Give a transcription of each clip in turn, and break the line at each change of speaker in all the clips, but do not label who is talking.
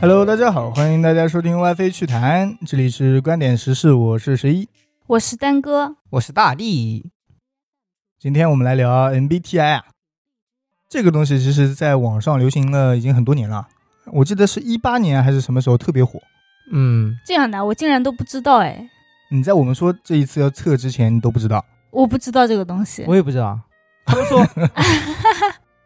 Hello，大家好，欢迎大家收听 WiFi 趣谈，这里是观点时事，我是十一。
我是丹哥，
我是大力，
今天我们来聊 MBTI 啊，这个东西其实在网上流行了已经很多年了，我记得是一八年还是什么时候特别火。
嗯，
这样的我竟然都不知道哎，
你在我们说这一次要测之前，你都不知道。
我不知道这个东西。
我也不知道，他们说，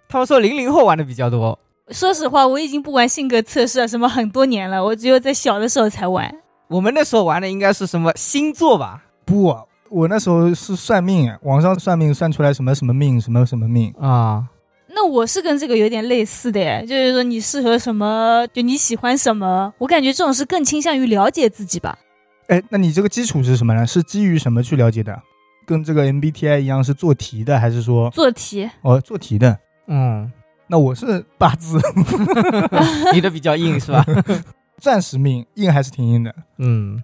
他们说零零后玩的比较多，
说实话，我已经不玩性格测试啊什么很多年了，我只有在小的时候才玩。
我们那时候玩的应该是什么星座吧？
不，我那时候是算命，网上算命算出来什么什么命，什么什么命。
啊，
那我是跟这个有点类似的哎，就是说你适合什么，就你喜欢什么。我感觉这种是更倾向于了解自己吧。
哎，那你这个基础是什么呢？是基于什么去了解的？跟这个 MBTI 一样是做题的，还是说
做题，
哦做题的？
嗯，
那我是八字
你的比较硬是吧？
钻石命，硬还是挺硬的。
嗯，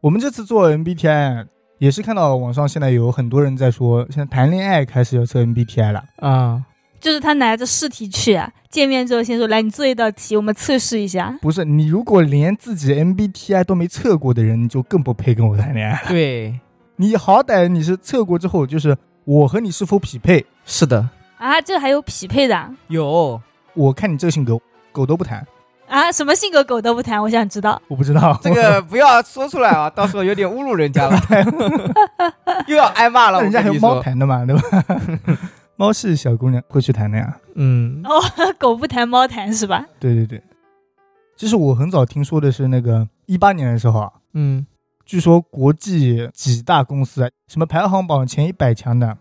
我们这次做 MBTI 也是看到网上现在有很多人在说，现在谈恋爱开始要测 MBTI 了。
啊，
就是他拿着试题去啊，见面之后先说来你做一道题，我们测试一下。
不是你如果连自己 MBTI 都没测过的人，你就更不配跟我谈恋爱。
对，
你好歹你是测过之后，就是我和你是否匹配，
是的，
啊，这还有匹配的啊
有，
我看你这个性格，狗都不谈，
啊？什么性格狗都不谈，我想知道。
我不知道
这个不要说出来啊，到时候有点侮辱人家了， 又要挨骂了。
那人家
我
还
跟
有
你
猫
说，
谈的嘛，对吧？ 猫是小姑娘会去谈的呀。
嗯
哦，狗不谈猫谈是吧？
对对对，其实我很早听说的是那个一八年的时候啊，
嗯，
据说国际几大公司啊，什么排行榜前一百强的，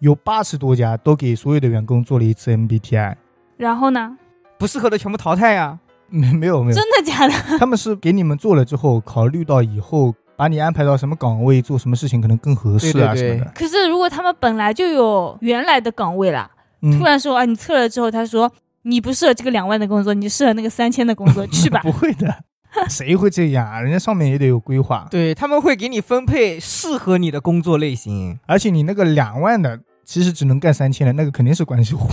有八十多家都给所有的员工做了一次 MBTI。
然后呢？
不适合的全部淘汰啊呀。
没没有没有
真，的假的？
他们是给你们做了之后，考虑到以后把你安排到什么岗位做什么事情可能更合适啊
对对
什
对
么的。
可是如果他们本来就有原来的岗位啦，
嗯
突，然说啊，你测了之后，他说你不适合这个两万的工作，你适合那个三千的工作， 去 吧
不。会的，谁会这样啊？人家上面也得有规划。
对他们会给你分配适合你的工作类型，
而且你那个两万的，其实只能干三千的，那个肯定是关系户。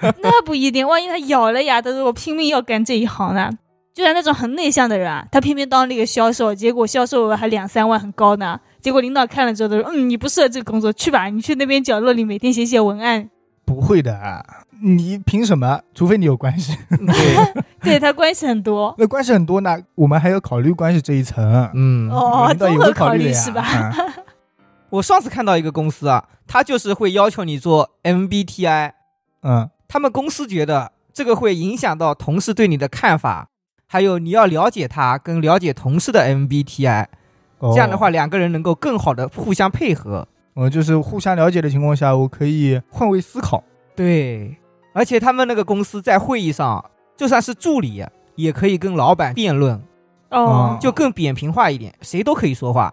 那不一定，万一他咬了牙，他说我拼命要干这一行呢。就像那种很内向的人啊，他偏偏当了一个销售，结果销售额还两三万，很高呢。结果领导看了之后，他说：“嗯，你不适合这个工作，去吧，你去那边角落里每天写写文案。
不会的啊，你凭什么？除非你有关系，
对，
对”他关系很多。
那关系很多呢，我们还要考虑关系这一层。 啊
嗯
哦
领导也
综合
会考虑
考虑
的呀
是吧
啊
我上次看到一个公司啊，他就是会要求你做 MBTI，
嗯，
他们公司觉得这个会影响到同事对你的看法，还有你要了解他跟了解同事的 MBTI，
哦
这样的话，两个人能够更好的互相配合。
我就是互相了解的情况下，我可以换位思考。
对，而且他们那个公司在会议上，就算是助理也可以跟老板辩论，
哦
嗯，
就更扁平化一点，谁都可以说话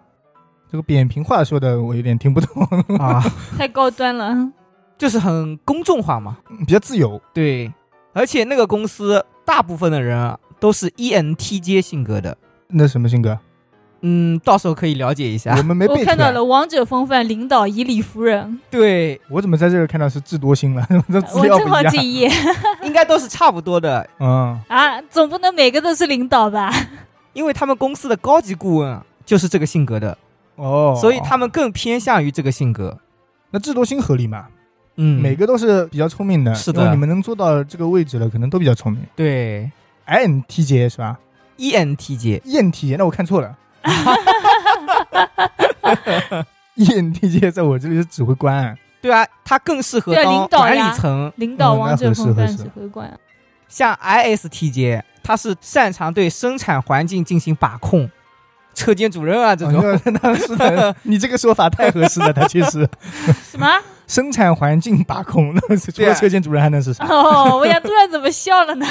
这个扁平话说的我有点听不懂，
啊，
太高端了。
嗯
哦
就是很公众化嘛。
比较自由。
对，而且那个公司大部分的人啊都是 ENTJ 性格的，
那什么性格？
嗯，到时候可以了解一下
我。们没
啊我
背出
看到
来。
了王者风范，领导以理服人。
对，
我怎么在这儿看到是智多星了？ 这资
我
料
正
不
好
一
这
样。
一 页
应该都是差不多的，
嗯，
啊，总不能每个都是领导吧？
因为他们公司的高级顾问啊就是这个性格的，
哦，
所以他们更偏向于这个性格。
那智多星合理嘛？
嗯，
每个都是比较聪明的，
是
因
的
为你们能做到这个位置了，可能都比较聪明。哎
对，E
INTJ 是吧
ENTJ，
？ENTJ，那我看错 了。ENTJ 在我这里是指挥官，
对啊，他更适合
对啊
当
领导
管
呀
理层。
领导
嗯
王者啊
那合适
风范
合适
指挥官，
像 ISTJ，他是擅长对生产环境进行把控，车间主任啊这种。
哦那那是 的，你这个说法太合适了，他确实。
什么？
生产环境把控，那是除
对啊
了车间主任还能是啥？
哦，我想突然怎么笑了呢？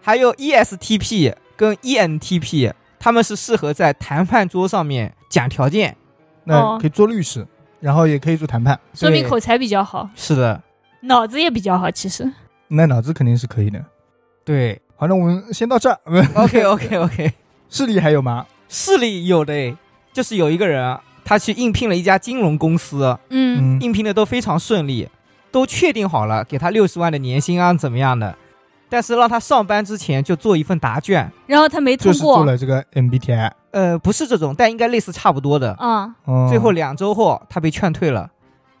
还有 E ESTP 跟 E ENTP，他们是适合在谈判桌上面讲条件。
那可以做律师，然后也可以做谈判，
说明
对
口才比较好，
是的，
脑子也比较好。其实
那脑子肯定是可以的。
对。
好，那我们先到这儿。
OK OK OK，
视力还有吗？
视力有的诶，就是有一个人啊，他去应聘了一家金融公司，
嗯，
应聘的都非常顺利，都确定好了，给他六十万的年薪啊，怎么样的。但是让他上班之前就做一份答卷，
然后他没
就
通
是做
过，
了这个 MBTI，
呃，不是这种，但应该类似差不多的。
啊、
嗯
最后两周后，他被劝退了，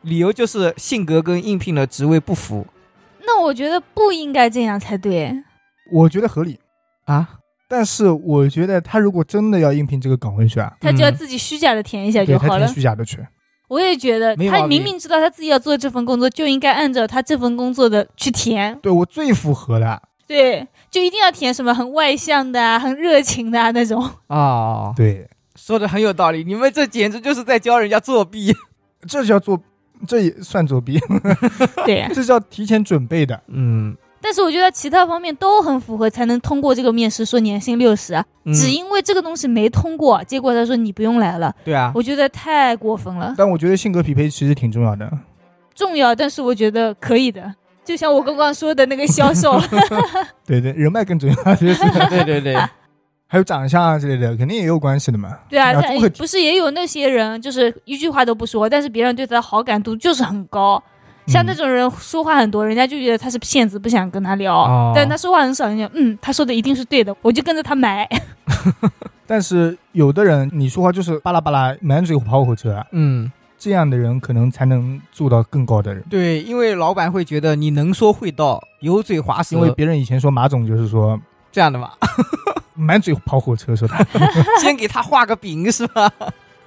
理由就是性格跟应聘的职位不符
那我觉得不应该这样才对。
我觉得合理，
啊。
但是我觉得他如果真的要应聘这个岗位去啊，
他就要
嗯
自己虚假的填一下
对
就
他
好
填
了。
虚假的去，
我也觉得，
没毛
他
病
明明知道他自己要做这份工作，就应该按照他这份工作的去填。
对我最符合的，
对，就一定要填什么很外向的啊，很热情的啊那种。
哦，
对，
说的很有道理，你们这简直就是在教人家作弊。
这叫做，这也算作弊，
对，
这叫提前准备的。
嗯，
但是我觉得其他方面都很符合，才能通过这个面试说年薪六十啊。
嗯
只因为这个东西没通过，结果他说你不用来了，
对啊，
我觉得太过分了。
但我觉得性格匹配其实挺重要的，
重要，但是我觉得可以的。就像我刚刚说的那个销 售，
对对，人脉更重要， 就是
对 对对，
还有长相啊之类的，肯定也有关系的嘛。
对啊，
啊
但
综合体
不是也有那些人，就是一句话都不说，但是别人对他的好感度就是很高。
嗯
嗯
像那种人说话很多，人家就觉得他是骗子，不想跟他聊。
哦
但他说话很少，人家嗯，他说的一定是对的，我就跟着他买。
但是有的人你说话就是巴拉巴拉，满嘴跑火车啊，
嗯，
这样的人可能才能做到更高的人。
对，因为老板会觉得你能说会道，油嘴滑舌，
因为别人以前说马总就是说
这样 的嘛，
满嘴跑火车，说他
先给他画个饼是吧？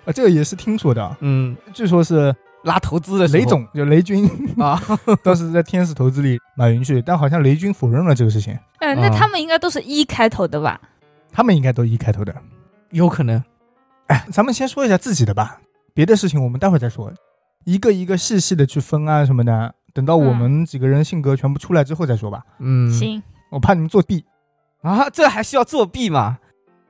啊，这个也是听说的，啊，
嗯，
据说是
拉投资的时候
雷 总就雷军
啊，
当时在天使投资里马云去，但好像雷军否认了这个事情，
嗯、那
啊
他们应该都是一开头的吧？
他们应该都一开头的。
有可能，
哎，咱们先说一下自己的吧，别的事情我们待会儿再说，一个一个细细的去分啊什么的，等到我们几个人性格全部出来之后再说吧，
嗯，
行，
我怕你们作弊。
啊，这还需要作弊吗？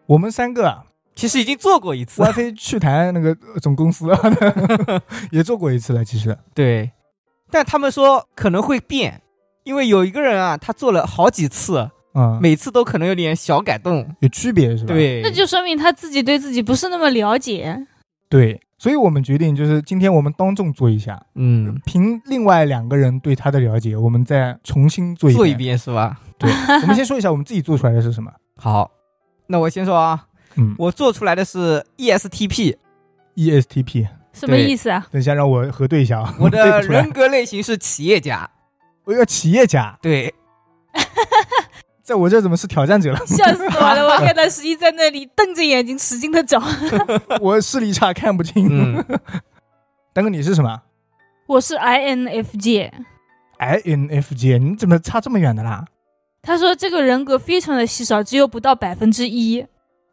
我们三个啊
其实已经做过一次，
，YF 趣谈那个呃总公司 也做过一次了，其实
对，但他们说可能会变，因为有一个人啊，他做了好几次，
啊、嗯，
每次都可能有点小改动。
有区别是吧？
对，
那就说明他自己对自己不是那么了解。
对，所以我们决定就是今天我们当众做一下，
嗯，
凭另外两个人对他的了解，我们再重新做一
做一遍是吧？
对，我们先说一下我们自己做出来的是什么。
好，那我先说啊，
嗯 E
我做出来的是 E ESTP，
，ESTP，
什么
对
意思 啊？？
等一下让我核对一下啊。
我
对
的
不出来
人，格类型是企业家。
我一个企业家，
对，
在我这怎么是挑战者了
笑死我了！我看到十一在那里瞪着眼睛，使劲的找。
我视力差，看不清。
嗯，
丹哥，你是什么哎
我是 INFJ。
？INFJ，你怎么差这么远的啦？
他说这个人格非常的稀少，只有不到百分之一。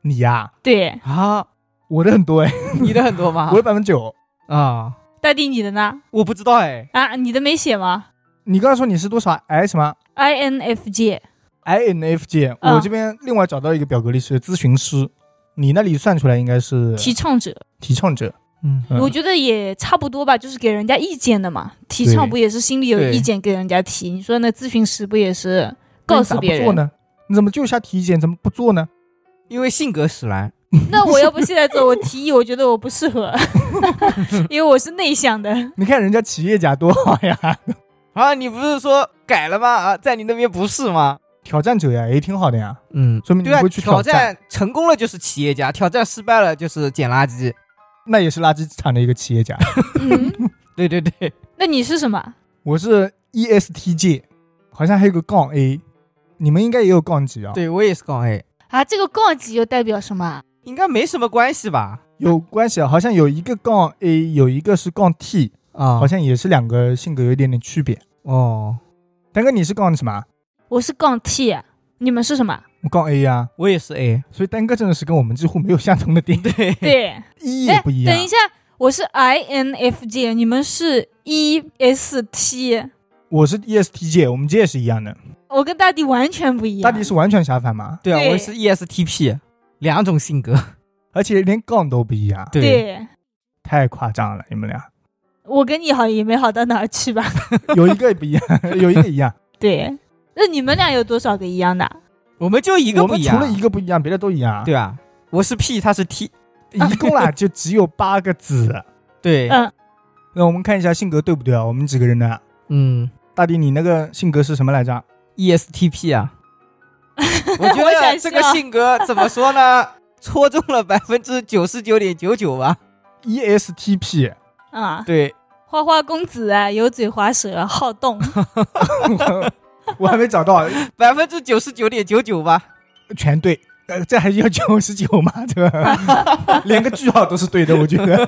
你呀、
对，
啊，
我的很多哎、
你的很多吗
我？的百分之九。
啊，
大地你的呢？
我不知道哎。
啊，你的没写吗
你刚刚说你是多少 I 什么哎
？INFJ。
INFJ？、
嗯
我这边另外找到一个表格里是咨询师，你那里算出来应该是
提倡者，
提倡者。
嗯
嗯
我觉得也差不多吧，就是给人家意见的嘛。提倡不也是心里有意见给人家提？你说那咨询师不也是告诉别
那你咋不做
人？
呢？你怎么就下提意见，怎么不做呢？
因为性格使然。
那我要不现在做，我提议，我觉得我不适合， 因为我是内向的。
你看人家企业家多好呀，
啊，你不是说改了吗？啊，在你那边不是吗？
挑战者呀也挺好的呀，
嗯，
说明你
对啊
不会，去
挑
战，
战成功了就是企业家，挑战失败了就是捡垃圾。
那也是垃圾场的一个企业家。
嗯，
对对对，
那你是什么？
我是 E ESTJ，好像还有个杠 A，你们应该也有杠几啊？，
对我也是杠 A，
啊，这个杠级又代表什么啊？
应该没什么关系吧？
有关系啊，好像有一个杠 A，有一个是杠 T，
啊
好像也是两个性格有一点点区别。
哦，
丹哥，你是杠什么？
我是杠 T，你啊们是什么？
我杠 A 呀、
我也是 A，
所以丹哥真的是跟我们几乎没有相同的点，
对，
对，
一
哎
也不一样
等一。下，我是 INFJ，你们是 E EST，
我是 E ESTJ，我们这也是一样的。
我跟大地完全不一样。
大地是完全相反嘛，
对啊，
对
我是 ESTP，两种性格。
而且连杠都不一样，
对。
太夸张了，你们俩。
我跟你好也没好到哪儿去吧？
有一个也不一样， 有一个一样。
对，那你们俩有多少个一样的？
我们就一个
我
不
们
一
除
样，啊
了一个不一样，别的都一样。，
对啊，我是 P，他是 T，
一共啦就只有八个子。
对，
啊
嗯，
那我们看一下性格对不对啊？我们几个人的
嗯
大地，你那个性格是什么来着？
ESTP 啊。我觉
我想笑
得这个性格怎么说呢？ 戳中了百分之九十九点九九吧。
？E ESTP，
啊，
对，
花花公子啊，油嘴滑舌，好 动，
我 我还没找到，
百分之九十九点九九吧。
全对。呃，这还要九十九吗？ 这个连个句号都是对的，我觉 得。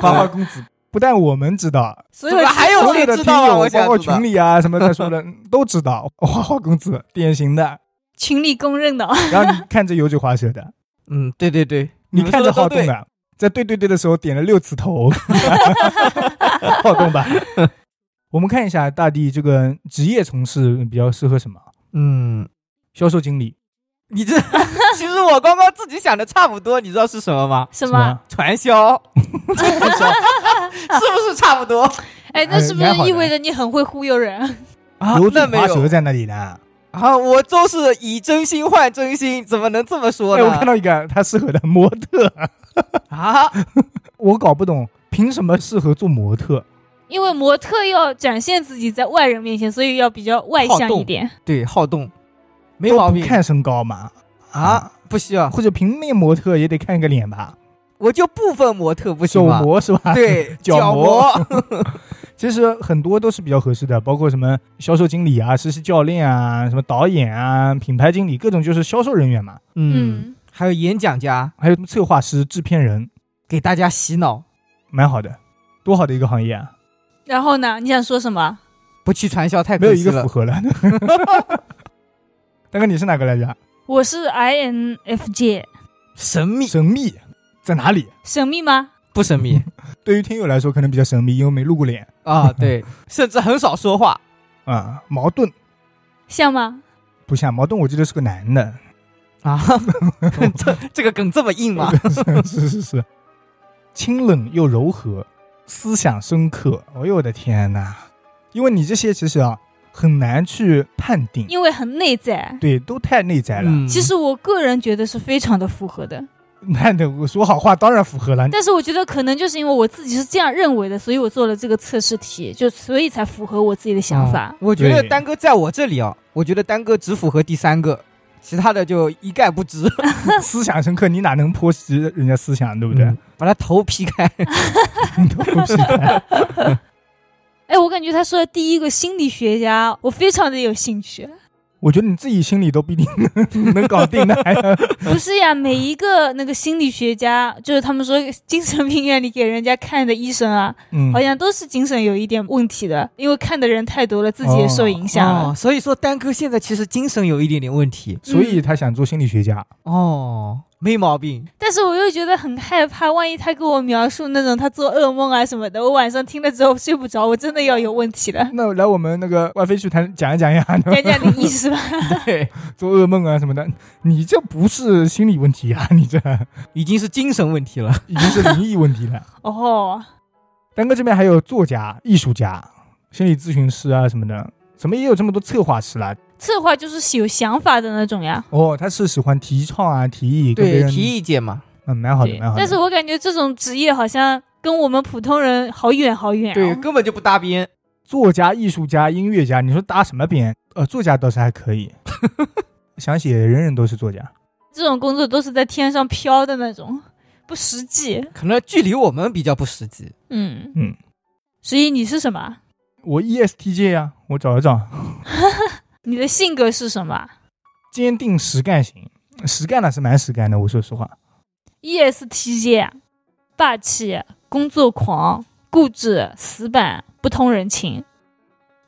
花花公子，不但我们知道，
所有
怎么还有
所有的
谁知
听
道啊
友
我想
包括
知道
群里啊什么他说的都知道，花花公子典型的。
群里公认的，哦
然后你看着油嘴滑舌的，
嗯，对对对，
你
们
看着
说得都
好动
对。
的，在对对对的时候点了六次头， 好动吧？我们看一下大地这个职业从事比较适合什么？
嗯，
销售经理
你这其实我刚刚自己想的差不多，你知道是什么吗？
什
是
么？
吗？
传销，传销是不是差不多
哎，那是不
哎蛮好的
是意味着你很会忽悠人？
啊
油嘴
那没
滑舌
有
在那里呢。
啊，我都是以真心换真心，怎么能这么说
哎，我看
呢？
到一个他适合的模特，
啊，
我搞不懂凭什么适合做模特？
因为模特要展现自己在外人面前，所以要比较外
好
向
动
一点。
对，好动，没
都
毛
不
病
看身高嘛，
啊，不需要，
或者平面模特也得看个脸吧，
我就部分模特不行
手
吗？
模是吧？，
对，
角
角
膜
膜
其实很多都是比较合适的，包括什么销售经理啊、实习教练啊、什么导演啊、品牌经理，各种就是销售人员嘛，
嗯，
嗯，
还有演讲家
还有什么策划师、制片人，
给大家洗脑，
蛮好的，多好的一个行业啊！
然后呢？你想说什么？
不去传销太
没有
可
一
惜
个符
了。
合了。 大哥，你是哪个来着？
我是 INFJ，
神秘
神秘在哪里？
神秘吗？
不神
嗯
秘
对于听友来说可能比较神秘，因为没露过脸
啊？对，甚至很少说话。
啊、矛盾
像吗？
不像矛盾，我记得是个男的。
啊， 这这个梗这么硬吗？
是是是，清冷又柔和，思想深刻。哎呦我的天呐！因为你这些其实啊很难去判定，
因为很内在。
对，都太内在了。
嗯
其实我个人觉得是非常的符合的，
那得我说好话当然符合了。
但是我觉得可能就是因为我自己是这样认为的，所以我做了这个测试题，就所以才符合我自己的想法
啊。我觉得
哦对
丹哥在我这里啊，我觉得丹哥只符合第三个，其他的就一概不值，
思想深刻，你哪能剖析人家思想，对不对？
嗯把他头劈开。
你都剖析开
哎，我感觉他说的第一个心理学家，我非常的有兴趣。
我觉得你自己心里都不一定能能搞定的，还要
不是呀，每一个那个心理学家，就是他们说精神病院里给人家看的医生啊，
嗯
好，像都是精神有一点问题的，因为看的人太多了，自己也受影响了。
哦，所以说丹哥现在其实精神有一点点问题
所以他想做心理学家。。
哦，没毛病。
但是我又觉得很害怕，万一他给我描述那种他做噩梦啊什么的，我晚上听了之后睡不着，我真的要有问题 了
那来我们那个外飞去谈讲一讲呀，
讲讲你意思吧，
对，
做噩梦啊什么的，你这不是心理问题啊， 你这
已经是精神问题了。
已经是灵异问题了。
哦，
丹哥这边还有作家、艺术家、心理咨询师啊什么的，怎么也有这么多策划师啦？
策划就是有想法的那种呀。
哦，他是喜欢提倡啊、提议， 跟别
对，
人
提，意见嘛。
嗯，蛮好的，
对
蛮好，的。
但是我感觉这种职业好像跟我们普通人好远好远、哦
哎
对，，根本就不搭边。
作家、艺术家、音乐家，你说搭什么边？呃，作家倒是还可以，想写人人都是作家。
这种工作都是在天上飘的那种，不实际。
可能距离我们比较不实际。
嗯
嗯，
所以你是什么？
我 ESTJ 啊，我找一找，
你的性格是什么
坚定实干型，实干呢是蛮实干的，我说实话。
？E ？ESTJ，霸气、工作狂、固执、死板、不通人情。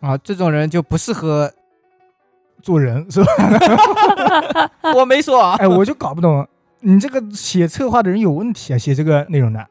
啊，这种人就不适合。
做人是吧？
我没 说啊，
哎，我就搞不懂你这个写策划的人有问题啊，写这个内容的，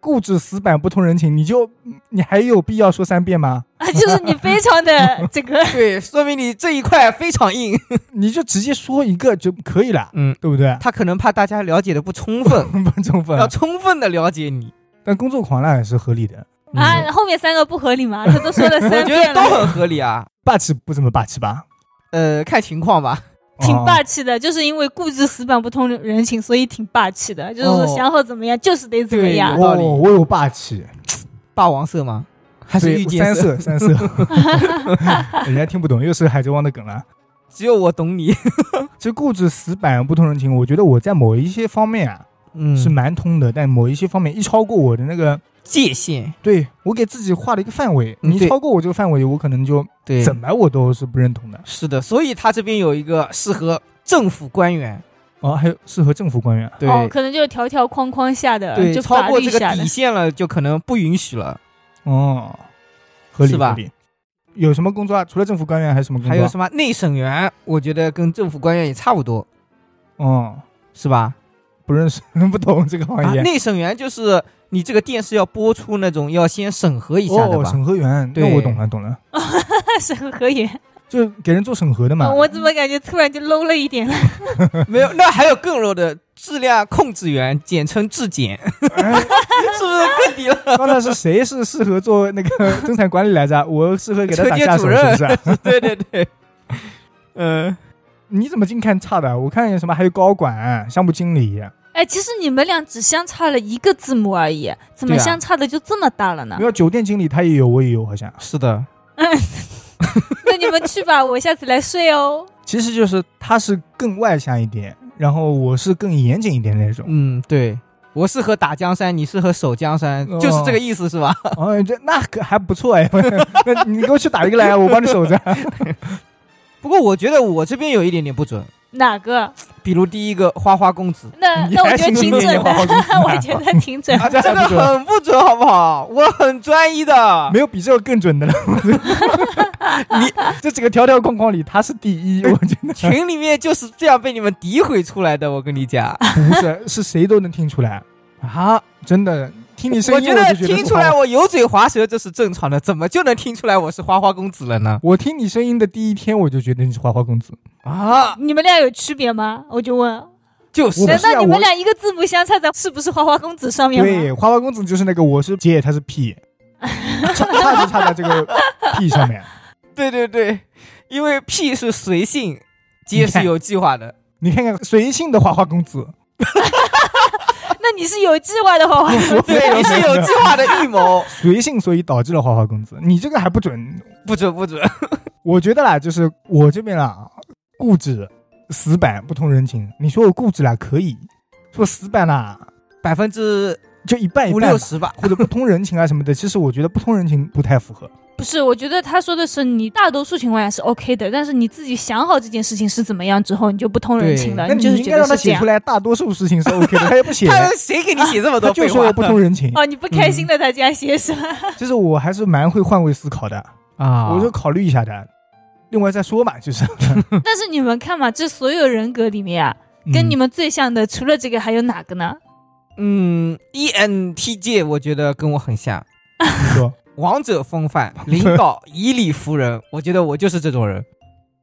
固执死板不通人情，你就你还有必要说三遍吗？
啊，就是你非常的 这个，
对，说明你这一块非常硬。
你就直接说一个就可以了，
嗯，
对不 对？，
他可能怕大家了解的不充分
不充分
要，充分的了解 你。
但工作狂呢也是合理的，
啊，后面三个不合理吗？他都说 了
嗯我
三
觉得
遍
都
了，
很合理啊。
霸气不怎么霸气吧？
呃，看情况吧。
挺
啊
哦
霸气的，就是因为固执、死板、不通人情，所以挺霸气的，就是
哦
想好怎么样，就是得怎么
对
样
有。道理
哦，我有霸气，
霸王色吗？还是
对
御，剑
三色三色， 人家听不懂，又是海贼王的梗了。
只有我懂你。
其实固执、死板、不通人情，我觉得我在某一些方面啊
嗯
是蛮通的，但某一些方面一超过我的那个，
界限，
对我给自己画了一个范围，
嗯
你
对
超过我这个范围，我可能就
对，
怎么我都是不认同的。
是的，所以他这边有一个适合政府官员，
哦，还有适合政府官员啊，
对、
哦，可能就是条条框框下的，
对，
就
超
法
过
律
这个
下的
底。线了，就可能不允许了。
哦，合理
是吧
合理。有什么工作啊？除了政府官员还有什么工作啊？
还有什么内审员，我觉得跟政府官员也差不多，
哦，
是吧？
不认识， 不懂这个
啊
行，业。
内审员就是你这个电视要播出那种，要先审核一下的
哦，
吧？
审核员，
对
那我懂了，懂了，
审核员，
就是给人做审核的嘛。
哦我怎么感觉突然就 low 了一点了？
没有，那还有更 low 的质量控制员，简称质检，
哎
是不是更低 了？
刚才是谁是适合做那个生产管理来 着？我适合给他
车
打
间
下
主
手，是不
任
是啊？
对对 对，嗯、
你怎么净看差的？我看有什么还有高管、项目经理，
啊
哎，其实你们俩只相差了一个字母而已，怎么
对啊
相差的就这么大了呢
没？有酒店经理他也有，我也有，好像。
是的，
那你们去吧，我下次来睡哦。
其实就是他是更外向一点，然后我是更严谨一点那种。
嗯，对。我适合打江山，你适合守江山，
哦
就是这个意思，是吧？
哦，这那可还不错哎。 那你给我去打一个来，我帮你守 着。
不过我觉得我这边有一点点不准，
哪个？
比如第一个花花公 子，
那
你
那我
还
觉得
行
挺
你
准
也好
的， 我觉得挺准 的。
啊，这
真
还
的
不准，
很不准，好不好？我很专一的，
没有比这个更准的了。 你这几个条条框框里，他是第 一，我觉得
群里面就是这样被你们诋毁出来的，我跟你讲
不是，是谁都能听出来。
啊！
真的， 听你声
我
音
觉
我就
得
觉得
听
是
出
花
来
花
我油嘴滑舌这是正常的，怎么就能听出来我是花花公子了呢？
我听你声音的第一天，我就觉得你是花花公子。
啊，
你们俩有区别吗？我就问，
就是
我不
难
是啊
道你
我
们俩一个字母相差在是不是花花公子上面吗？
对，花花公子就是那个我是姐，他是 P，差差就差在这个 P 上面。
对对对，因为 P 是随性，皆是有计划 的。
你看看随性的花花公 子，
那你是有计划的花花公子，
对，你是有计划的预谋，
随性所以导致了花花公子。你这个 还不准，
不准不准。
我觉得啦，就是我这边啦，固执、死板、不通人情。你说我固执啦，可以；说死板啦，
百分之
就一半一
五
半
六
吧，
十吧，
或者不通人情啊什么的。其实我觉得不通人情不太符合。
不是，我觉得他说的是你大多数情况下是 OK 的，但是你自己想好这件事情是怎么样之后，你就不通人情了，
那你
就是
应
觉
该
得
让他
是这
写
样
出。来，大多数事情是 OK 的，他也不 写，
他谁给你写这么
他
多
就
废
说
话
我不通人情。
哦，你不开
嗯
心的，他这样写是吧？
其实我还是蛮会换位思考的，
啊
我就考虑一下的，另外再说嘛， 就是。嗯
但是你们看嘛，这所有人格里面啊，跟你
嗯
们最像的，除了这个还有哪个呢？
嗯，ENTJ 我觉得跟我很像。
你说，
王者风范，领导以理服人，我觉得我就是这种人。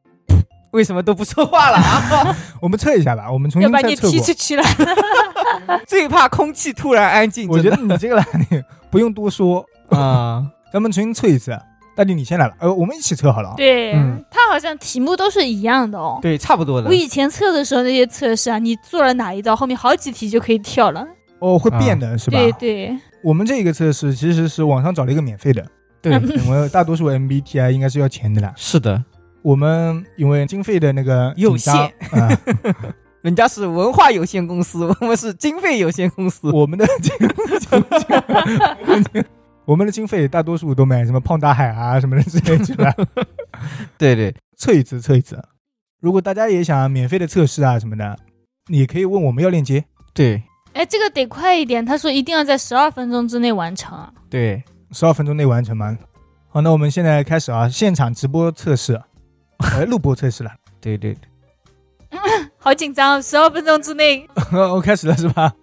为什么都不说话了 啊？
我们测一下吧，我们重
要
新
把
再
你
测
踢出
过。
去了。
最怕空气突然安静。
我觉
真
得你这个啦，你不用多说，
的啊，
咱们重新测一次。大弟，你先来吧，呃，我们一起测好了啊。
对、
嗯
他好像题目都是一样的哦。
对，差不多 的
我。以前测的时候那些测试啊，你做了哪一道，后面好几题就可以跳了。
哦，会变的是吧？
对对，
我们这个测试其实是网上找了一个免费的，
对，
我们大多数 MBTI 应该是要钱的啦。
是的，
我们因为经费的那个
有
紧张啊，
人家是文化有限公司，我们是经费有限公司。
我们的经我们的经费大多数都买什么胖大海啊什么的之类去 了，
对对，
测一次测一次。如果大家也想免费的测试啊什么的，也可以问我们要链接。
对
哎，这个得快一点。他说一定要在十二分钟之内完成啊。
对，
十二分钟内完成吗？好，那我们现在开始啊，现场直播测试，呃，录播测试了。
对对，
好紧张，啊十二分钟之内。
我 开始了是吧？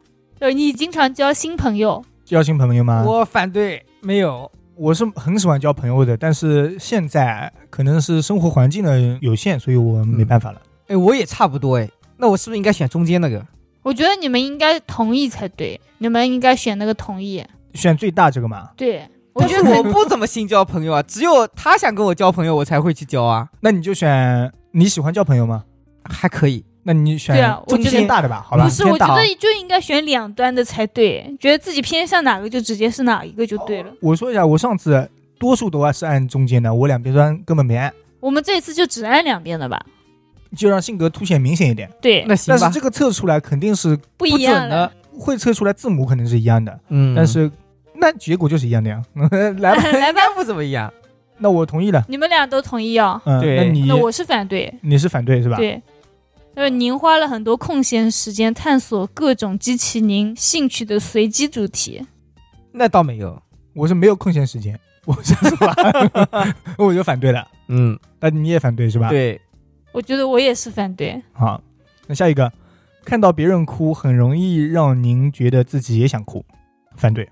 就是你经常交新朋友，
邀请朋友吗？
我反对，没有。
我是很喜欢交朋友的，但是现在可能是生活环境的有限，所以我没办法了。
哎，我也差不多哎。那我是不是应该选中间那个？
我觉得你们应该同意才对，你们应该选那个同意。
选最大这个嘛？
对，我
但
觉
是
得
我
很
不怎么新交朋友啊，只有他想跟我交朋友，我才会去交啊，
那你就选你喜欢交朋友吗？
还可以。
那你选
对啊我
中
觉得
间大啊的吧，好吧
不？是，
先
我
打
觉
哦
得就应该选两端的才对，觉得自己偏向哪个就直接是哪一个就对了。
我说一下，我上次多数都是按中间的，我两边端根本没按，
我们这次就只按两边的吧？
就让性格凸显明显一点。
对，
那行
但是
吧，
这个测出来肯定是
不一
不
样
准
了
的。，
会测出来字母肯定是一样的，
嗯，
但 是那结果就是一样的呀。 来吧，
来吧，
哎应该不怎么样。
那我同意了。
你们俩都同意哦。
嗯，
对
那你
那我是反对，
你是反对是吧？
对。就是您花了很多空闲时间探索各种激起您兴趣的随机主题，
那倒没有，
我是没有空闲时间，我是说完 我就反对了。
嗯，
那你也反对是吧？。
对，
我觉得我也是反对。
好，那下一个，看到别人哭很容易让您觉得自己也想哭，反对。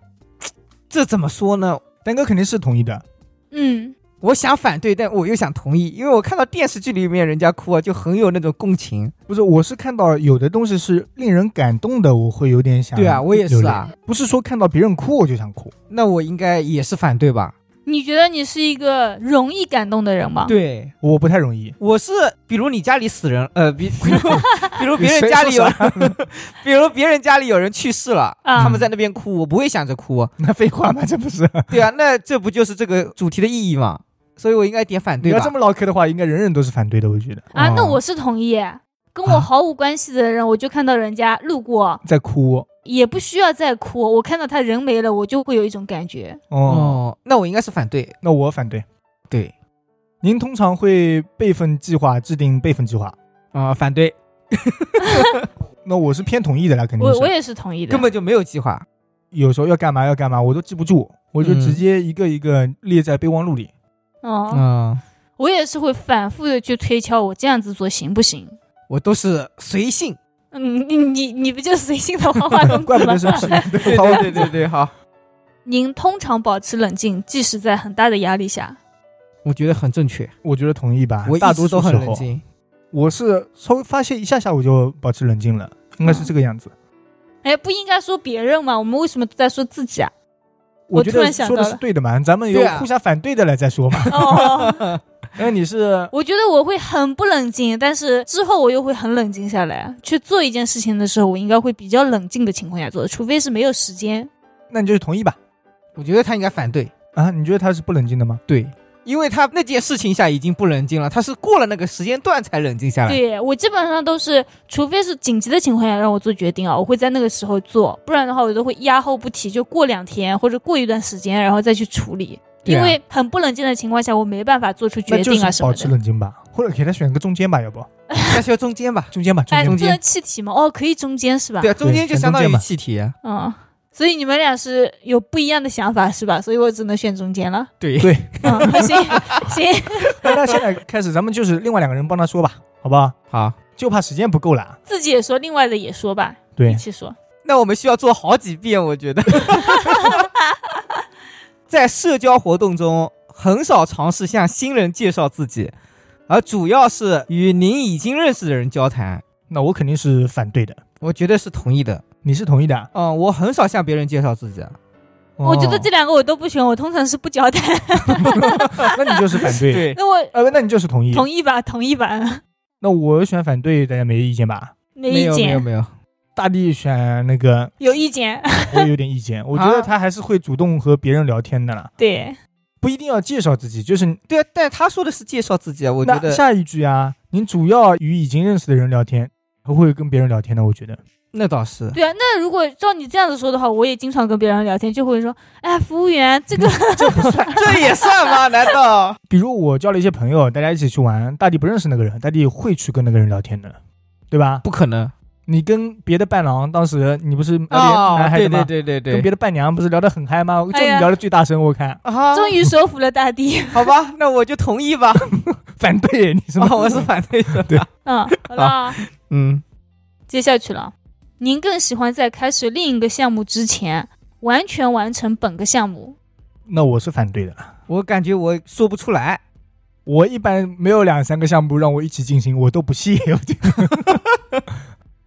这怎么说呢？
丹哥肯定是同意的，
嗯，
我想反对，但我又想同意，因为我看到电视剧里面人家哭啊，就很有那种共情。
不是？我是看到有的东西是令人感动的，我会有点想。
对啊，我也是，啊。
不是说看到别人哭我就想哭。
那我应该也是反对吧？
你觉得你是一个容易感动的人吗？
对，
我不太容易，
我是比如你家里死人，呃，比比如比如别人家里有
谁，说啥
比如别人家里有人去世了，
啊
他们在那边哭，我不会想着哭。啊
那废话嘛，这不是？
对啊，那这不就是这个主题的意义吗？所以我应该点反
你
对
要
吧？
这么唠嗑的话，应该人人都是反对的，我觉得。
啊，那
哦
我是同意。跟我
啊
毫无关系的人，我就看到人家路过，
在哭
也不需要再哭。我看到他人没了，我就会有一种感觉。
哦，
哦，那我应该是反对。
那我反对。
对，
您通常会备份计划，制定备份计划？
啊、反对，
那我是偏同意的啦，肯定
我
是。
我也是同意的
根。本就没有计划。
有时候要干嘛要干嘛，我都记不住，我就
嗯
直接一个一个列在备忘录 里。
哦，
嗯，
我也是会反复的去推敲，我这样子做行不行？
我都是随性。
嗯，你你你不就随性的 花花公
怪
子
不
吗
得？是皮，对
对
吧
对对对对，好，
您通常保持冷静，即使在很大的压力下。
我觉得很正确。
我觉得同意吧
我，
大
一
多
直
数
都很
时
冷
候，
静。
我是稍微发泄一下下我就保持冷静了，应该
啊
是这个样子。
哎，不应该说别人吗？我们为什么都在说自己啊？ 我
我觉
突
得
然想
说的
到
是
了
对的嘛，咱们有
对啊
互相反对的了再说嘛。
哦，
因为你是
我觉得我会很不冷静，但是之后我又会很冷静下来。去做一件事情的时候，我应该会比较冷静的情况下做，除非是没有时间。
那你就是同意吧？
我觉得他应该反对，
啊，你觉得他是不冷静的吗？
对，因为他那件事情下已经不冷静了，他是过了那个时间段才冷静下来。
对我基本上都是，除非是紧急的情况下让我做决定啊，我会在那个时候做，不然的话我都会压后不提，就过两天或者过一段时间，然后再去处理。
对
因
啊
为很不冷静的情况下，我没办法做出决
那就
定啊
是
什么
保持
的。
冷静吧，或者给他选个中间吧，要不
那需要中间吧？
中间吧，中
哎，
间
不
吧。
能气体嘛？哦，可以中间是吧？
对啊，中间就相当
选中
于
间吧
气体。啊
嗯，所以你们俩是有不一样的想法是吧？所以我只能选中间了。
对
对，
嗯， 行行，
那那现在开始，咱们就是另外两个人帮他说吧，好不好？
好，
就怕时间不够了。
自己也说，另外的也说吧，一
对，
起说。
那我们需要做好几遍，我觉得。 在社交活动中，很少尝试向新人介绍自己，而主要是与您已经认识的人交谈。
那我肯定是反对的，
我觉得是同意的。
你是同意 的啊？
嗯，我很少向别人介绍自己啊。
我觉得
哦
这两个我都不选，我通常是不交谈。
那你就是反对。，
对，
那我
呃，那你就是同意。
同意吧，同意吧。嗯
那我选反对，大家没意见吧？
没
没
意
有没有
见，
没有，
大力选那个，
有意见，
我有点意见。我觉
啊
得他还是会主动和别人聊天的啦，
对，
不一定要介绍自己，就是
对啊，但他说的是介绍自己啊，我觉
那
得
下一句啊，您主要与已经认识的人聊天，不会跟别人聊天的。我觉得
那倒是。
对啊。那如果照你这样子说的话，我也经常跟别人聊天，就会说，哎，服务员，这个
这不算。
这也算吗？难 道？
比如我交了一些朋友，大家一起去玩，大力不认识那个人，大力会去跟那个人聊天的，对吧？
不可能
你跟别的伴郎，当时你不是
啊！
男孩
对
子吗？
对对对
跟别
对。
的伴娘不是聊得很嗨吗？就
哎
你
呀
聊的最大声，我看
啊
终于收服了大地。
好吧，那我就同意吧。
反对你是吗？
哦，我是反对的。
对
嗯，好了啊，
嗯，
接下去了。您更喜欢在开始另一个项目之前完全完成本个项目？
那我是反对的。
我感觉我说不出来。
我一般没有两三个项目让我一起进行，我都不屑。我觉得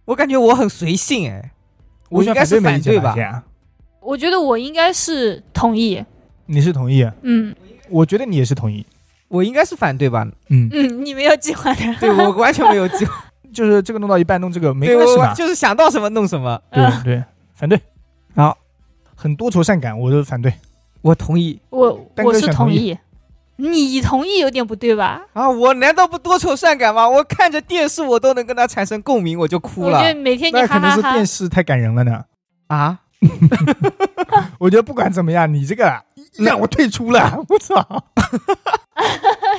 我感觉我很随性哎，
我
应
选
该是
没
反
意见
对吧？
现在
我觉得我应该是同意。
你是同意？
嗯
我觉得你也是同意。
我应该是反对吧？
嗯，
嗯，你没有计划的。
对 我完全没有计 划，
就是这个弄到一半弄这个没
对
关系
我
嘛。
就是
嗯
想
啊
到什么弄什么。
对对，反对。
好，
很多愁善感，我都反对。
我同意
我
单
我
个
是
选
同
同意
意，你同意有点不对吧？
啊！我难道不多愁善感吗？我看着电视，我都能跟他产生共鸣，我就哭
我觉得
了
每天你
那
哈
可能
哈
是
哈
电视太感人了呢。
啊！
我觉得不管怎么样，你这个啊让我退出 了，我操！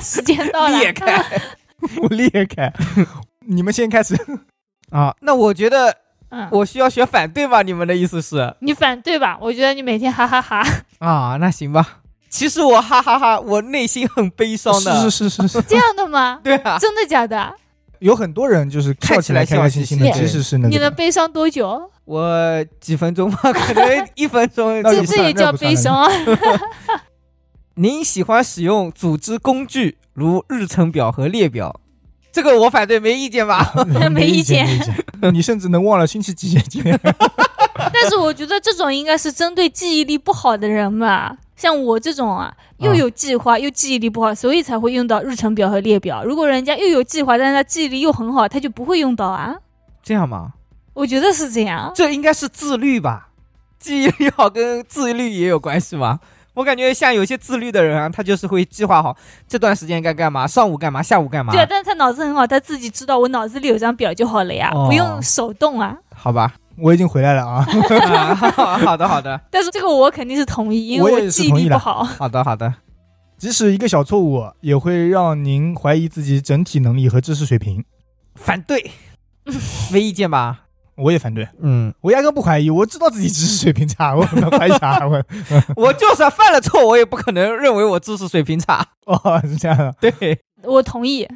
时间到了，
裂开
我裂开。你们先开 始，
啊！那我觉得
嗯，
我需要学反对吧？你们的意思是
你反对吧？我觉得你每天哈哈哈
啊？那行吧。其实我哈哈哈，我内心很悲伤的。
是是是是是，
这样的 吗？
对啊，
真的假的？
有很多人就是笑起来开开心心的，
看起
其
来笑嘻嘻
实是那
你能
个。
悲伤多久？
我几分钟吧，可能一分钟
那
就
就
这
不
这
算
也
那
叫
不算
悲伤啊？
您喜欢使用组织工具，如日程表和列表，这个我反对，没意见吧？
没意
见，
见
没意见。 你甚至能忘了星期几几 天。
啊 但是我觉得这种应该是针对记忆力不好的人嘛，像我这种啊，
嗯
又有计划又记忆力不好，所以才会用到日程表和列表。如果人家又有计划，但是他记忆力又很好，他就不会用到啊。
这样吗？
我觉得是这样。
这应该是自律吧？记忆力好跟自律也有关系吗？我感觉像有些自律的人啊，他就是会计划好这段时间该干嘛，上午干嘛，下午干嘛
对，啊，但是他脑子很好，他自己知道我脑子里有张表就好了呀，
哦
不用手动啊。
好吧？
我已经回来了啊！
啊好的，好的，
但是这个我肯定是同意，因
我
为
也
我
是
记忆
同意
力
的
不好。
好的，好的。
即使一个小错误，也会让您怀疑自己整体能力和知识水平。
反对， 没意见吧？
我也反对，
嗯，
我压根不怀疑，我知道自己知识水平差，我能怀疑啥？我
我就算犯了错，我也不可能认为我知识水平差。
哦，是这样的，
对，
我同意，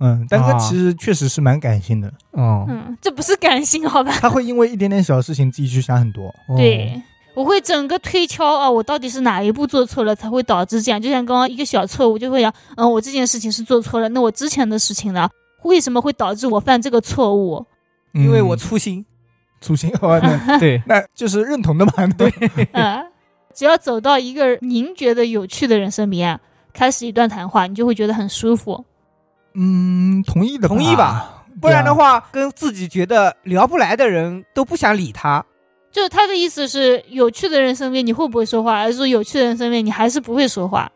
嗯，丹哥
啊
其实确实是蛮感性的，
哦
嗯，这不是感性好吧？
他会因为一点点小事情自己去想很多。
哦
对，我会整个推敲啊，我到底是哪一步做错了才会导致这样？就像刚刚一个小错误，就会想，嗯，我这件事情是做错了，那我之前的事情呢，为什么会导致我犯这个错误？
嗯
因为我粗心。
粗心，哦 那，
对
那就是认同的嘛，对，
嗯，只要走到一个您觉得有趣的人身边，开始一段谈话，你就会觉得很舒服。
嗯，同意的，
同意吧，不然的话，跟自己觉得聊不来的人都不想理他。
就是他的意思是，有趣的人身边你会不会说话，而是说有趣的人身边你还是不会说话。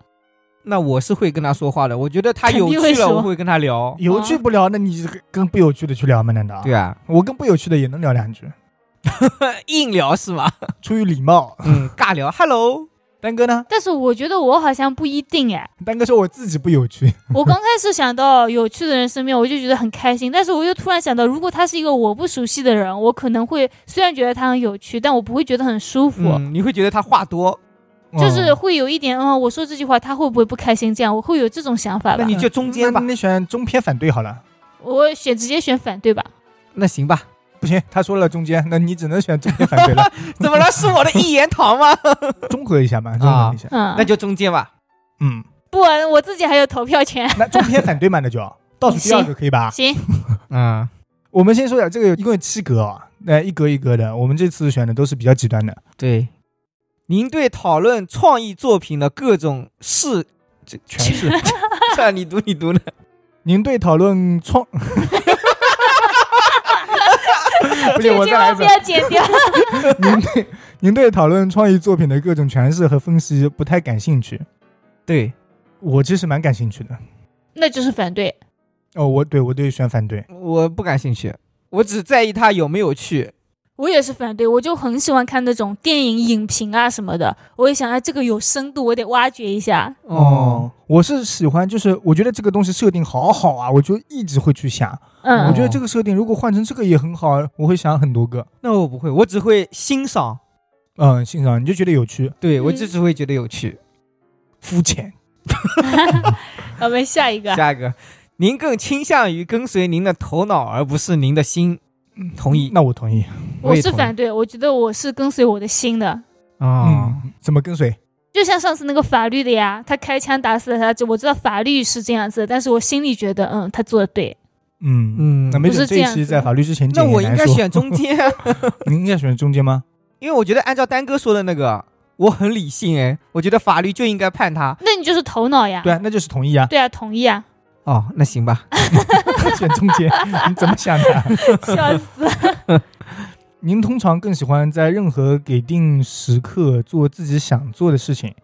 那我是会跟他说话的，我觉得他
肯
有
定会
趣了，
说
我会跟他 聊。
有趣不聊，那你跟不有趣的去聊吗？难道？
啊对啊，
我跟不有趣的也能聊两句，
硬聊是吗？
出于礼貌。
嗯，尬聊。Hello，
丹哥呢？
但是我觉得我好像不一定哎，
丹哥说我自己不有趣，
我刚开始想到有趣的人身边，我就觉得很开心，但是我又突然想到，如果他是一个我不熟悉的人，我可能会虽然觉得他很有趣，但我不会觉得很舒服，
嗯，你会觉得他话多，
就是
哦
会有一点，嗯，我说这句话他会不会不开心？这样我会有这种想法
那
吧。
你就中间吧
嗯那。你选中偏反对好了。
我选直接选反对吧。
那行吧。
不行，他说了中间，那你只能选中间反 对了，
怎么了？是我的一言堂吗？
综合一下嘛，综合一下。
嗯，
那就中间吧。
嗯，
不，我自己还有投票权。
那中偏反对嘛，那就 倒数第二个可以吧？
行，
嗯，
我们先说一下，这个一共有七格啊，那一格一格的，我们这次选的都是比较极端的。
对。您对讨论创意作品的各种事，
这全 是。
算了啊你读你读呢？
您对讨论创， 不
这
行，
个
我
句
再来一
话不
次。
要 剪掉。
您对您对讨论创意作品的各种诠释和分析不太感兴趣，
对，
我其实蛮感兴趣的。
那就是反对。
哦，我对我对选反对，
我不感兴趣，我只在意他有没有趣。
我也是反对，我就很喜欢看那种电影影评啊什么的，我也想，哎，这个有深度，我得挖掘一下。
哦，
我是喜欢，就是我觉得这个东西设定好好啊，我就一直会去想。
嗯，
我觉得这个设定如果换成这个也很好，我会想很多个。
那我不会，我只会欣赏。
嗯，欣赏你就觉得有趣，
对，我
嗯
就只会觉得有趣。
肤浅。
我们下一个，
下一个，您更倾向于跟随您的头脑而不是您的心，同意
那我同意。
我
也
是
同意
反对，我觉得我是跟随我的心的。
啊？
嗯，怎么跟随？
就像上次那个法律的呀，他开枪打死了他，就我知道法律是这样子的，但是我心里觉得，嗯，他做的对。
嗯
嗯
那没
不
准这
是这
一
样
期
子
在
的
法律之前
那
见也
我
难
应该
说
选中间啊，
您应该选中间吗？
因为我觉得按照丹哥说的那个，我很理性哎，我觉得法律就应该判他。
那你就是头脑呀。
对啊，那就是同意啊，
对啊，同意啊，
哦，那行吧，
选中 间，你怎么想的啊？
笑死。
您通常更喜欢在任何给定时刻做自己想做的事情，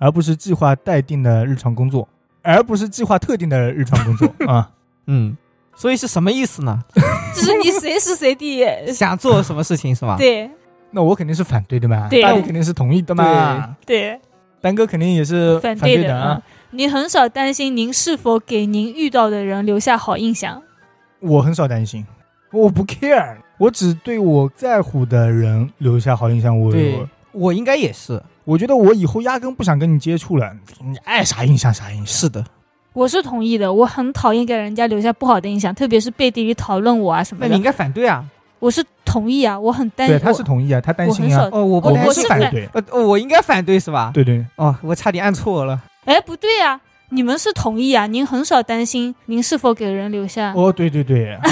而不是计划待定的日常工作，而不是计划特定的日常工作 啊。
嗯，所以是什么意思呢？
就是你随时随地，
想做什么事情是吧？
呃对
那我肯定是反对的嘛，
对
大力肯定是同意的嘛，
对，
丹哥肯定也是
反
对
的。
啊
嗯。你很少担心您是否给您遇到的人留下好印象，
我很少担心，我不 care，我只对我在乎的人留下好印象。我
对，我应该也是，
我觉得我以后压根不想跟你接触了，你爱啥印象啥印象。
是的。
我是同意的。我很讨厌给人家留下不好的印象，特别是背地里讨论我啊什
那
么
你应
的。
该反对啊。
我是同意啊，我很担
对，
心。
他是同意啊，他担
我
心
很
啊
少，。
哦，我
我
本来
我
是
是
反
反
对，
呃，哦我应该反对是吧？。
对对，
哦，我差点按错了。
哎，不对啊，你们是同意啊，您很少担心您是否给人留下。
哦，对对对，
哦，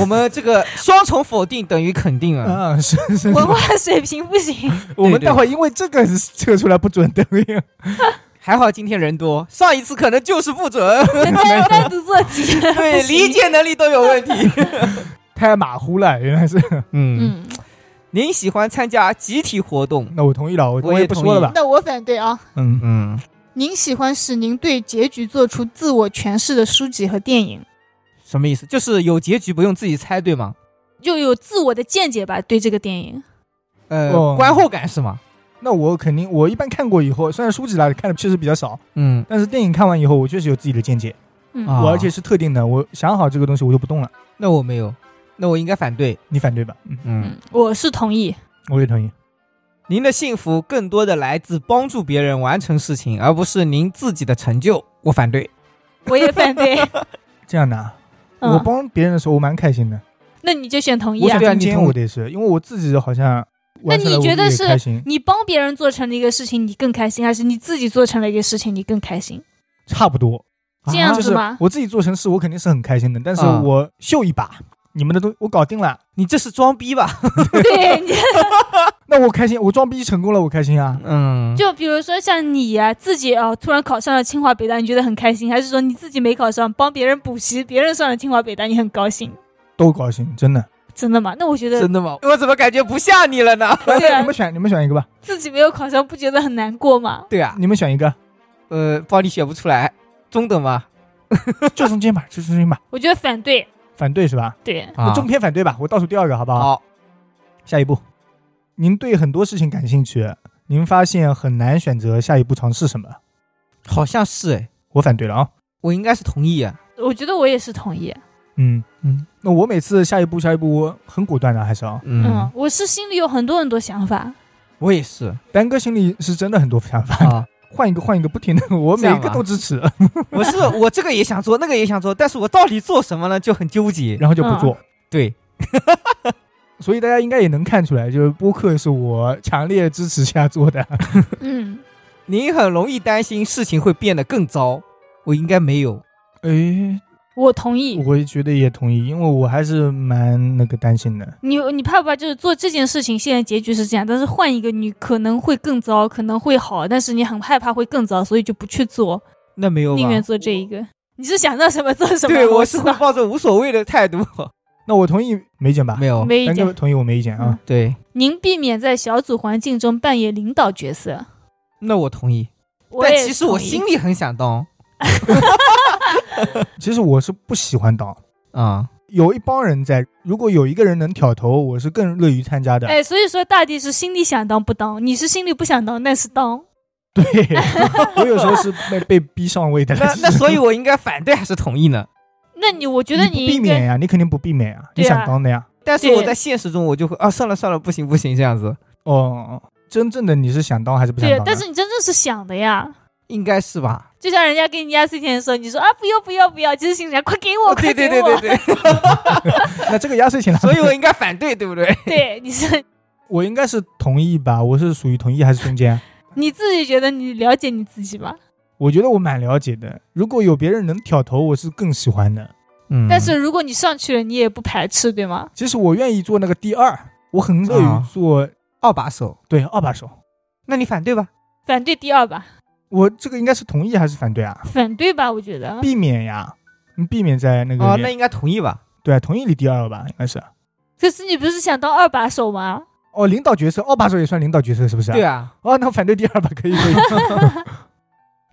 我们这个双重否定等于肯定啊。
啊， 是是，是
文化水平不 行，
我们待会儿因为这个测出来不准的，
还好今天人多，上一次可能就是不准。
单单独做题。
对，
不行
理解能力都有问题。
太马虎了，原来是。
嗯，
嗯，
您喜欢参加集体活动？
那我同意了，我
我也
也不说了吧。
那我反对啊！
嗯，
嗯，
您喜欢使您对结局做出自我诠释的书籍和电影，
什么意思？就是有结局不用自己猜，对吗？
就有自我的见解吧，对这个电
嗯
影。
呃，
哦
观后感是吗？
那我肯定，我一般看过以后，虽然书籍啦看的确实比较少，
嗯，
但是电影看完以后，我确实有自己的见解，
嗯，
啊
我而且是特定的，我想好这个东西我就不动了。
那我没有，那我应该反对。
你反对吧？嗯，
嗯，
嗯，我是同意。
我也同意。
您的幸福更多的来自帮助别人完成事情，而不是您自己的成就。我反对。
我也反 对。
这样的啊，我
嗯，
帮别人的时候我蛮开心的，
那你就选同意
我选
啊
对。啊
中
你
间
同意
我得是，因为我自己好像完成了
那你觉得
我自己
是
的开心？
你帮别人做成了一个事情，你更开心，还是你自己做成了一个事情，你更开心？
差不多，啊
这样
就
子
是
吗？
我自己做成事，我肯定是很开心的，但是
啊
我秀一把，你们的东我搞定了，
你这是装逼吧？
对，你
那我开心，我装逼成功了，我开心啊。
嗯，
就比如说像你呀、自己哦，突然考上了清华北大，你觉得很开心，还是说你自己没考上，帮别人补习，别人上了清华北大，你很高兴？
都高兴，真的。
真的吗？那我觉得，
真的吗？我怎么感觉不像你了呢？
对啊
你们，选，你们选一个吧。
自己没有考上，不觉得很难过吗？
对啊，
你们选一个，
呃，帮你选不出来，中等吧。
就中间吧，就中间吧。
我觉得反对，
反对是吧？
对，
那中偏反对吧，我倒数第二个，好不好？
啊好，
下一步，您对很多事情感兴趣，您发现很难选择下一步尝试什么。
好像是哎，
我反对了啊。
我应该是同意啊。
我觉得我也是同意。
嗯
嗯，
那我每次下一步下一步我很果断的，还是啊。
嗯，，我是心里有很多很多想法，
我也是
丹哥心里是真的很多想法，
啊。
换一个换一个，不停的， 我每一个
这样吧
都支持，
我是我这个也想做，那个也想做，但是我到底做什么呢？就很纠结。
然后就不做。
对，
所以大家应该也能看出来，就是播客是我强烈支持下做的。
嗯，
您很容易担心事情会变得更糟，我应该没有。
哎，
我同意。
我觉得也同意，因为我还是蛮那个担心的。
你你怕不怕就是做这件事情，现在结局是这样，但是换一个你可能会更糟，可能会好，但是你很害怕会更糟，所以就不去做，
那没有吧
宁愿做这一个。你是想到什么做什么？
对，我
我知
是会
道。
抱着无所谓的态度。
那我同意梅姐吧？
没有，
没意
丹哥
见。
同意我没意见
嗯
啊。
对，
您避免在小组环境中扮演领导角色。
那我同意。
我
但
也
其实我
同意
心里很想当
其实我是不喜欢当，
啊，
有一帮人在，如果有一个人能挑头，我是更乐于参加的。
哎，所以说大地是心里想当不当，你是心里不想当，但是当。
对，我有时候是被被逼上位的。
那那所以，我应该反对还是同意呢？
那你我觉得
你不
你
避
应
免
该
呀，你肯定不避免呀，你
对啊
想当的呀。
但是
对
我在现实中我就会啊，算了算了，不行不行，这样子
哦，真正的你是想当还是不想
对
当，？啊
但是你真正是想的呀。
应该是吧？
就像人家给你压岁钱的时候，你说啊不要不要不要，其实心里想快给我，
哦对
快给
对
我。
对对对，
那这个压岁钱呢？
所以我应该反对，对不对？
对，你是
我应该是同意吧？我是属于同意还是中间？
你自己觉得你了解你自己吧？
我觉得我蛮了解的。如果有别人能挑头，我是更喜欢的。
嗯
但是如果你上去了，你也不排斥，对吗？
其实我愿意做那个第二，我很乐
啊
于做、
二把手，
对二把手。
那你反对吧？
反对第二吧，
我这个应该是同意还是反对啊？
反对吧，我觉得。
避免呀，你避免在那个
哦，
里
那
面
应该同意吧？
对啊同意你第二吧，应该是。
可是你不是想当二把手吗？
哦，领导角色，二把手也算领导角色是不是？
对。啊，
哦，那我反对第二吧，可以可以。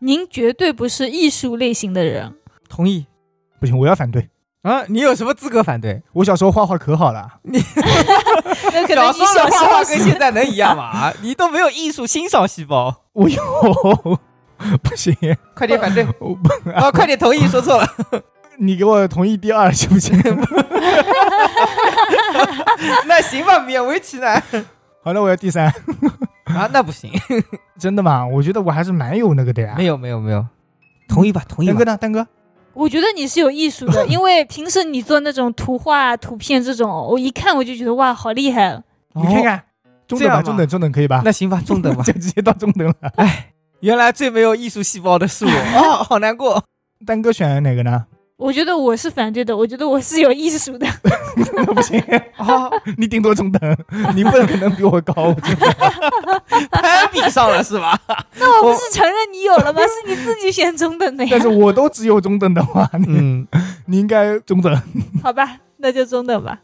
您绝对不是艺术类型的人。
同意
不行，我要反对。
啊？你有什么资格反对？
我小时候画画可好了，
那可能你
时候
小
的
时
画
候
画跟
是
现在能一样 吗？你都没有艺术欣赏细 胞，哦
我有，哎 不行，
快点反对
我不，
啊！快点同意，说错了，
你给我同意第二行不行？
那行吧，勉为其难
好了，我要第三。
啊，那不行，
真的吗？我觉得我还是蛮有那个的呀。
没有没有没有，同意吧，同意
丹
吧
哥，呢？丹哥，
我觉得你是有艺术的，因为平时你做那种图画、图片这种，我一看我就觉得哇，好厉害！
你看
哦，
看，中
这
等
样
吧，
吗
中等，中等可以吧？，
那行吧，中等 吧
就直接到中等了。
原来最没有艺术细胞的 是我，哦，好难过。
丹哥选哪个呢？
我觉得我是反对的，我觉得我是有艺术的。
那不行，
哦，
你顶多中等，你不可能比我高。 我觉得
攀比上了是 吧？
那我
我
不是承认你有了吗？是你自己选中等的
但
呀。
是我都只有中等的话，你
嗯，
你应该中等。
好吧，那就中等吧。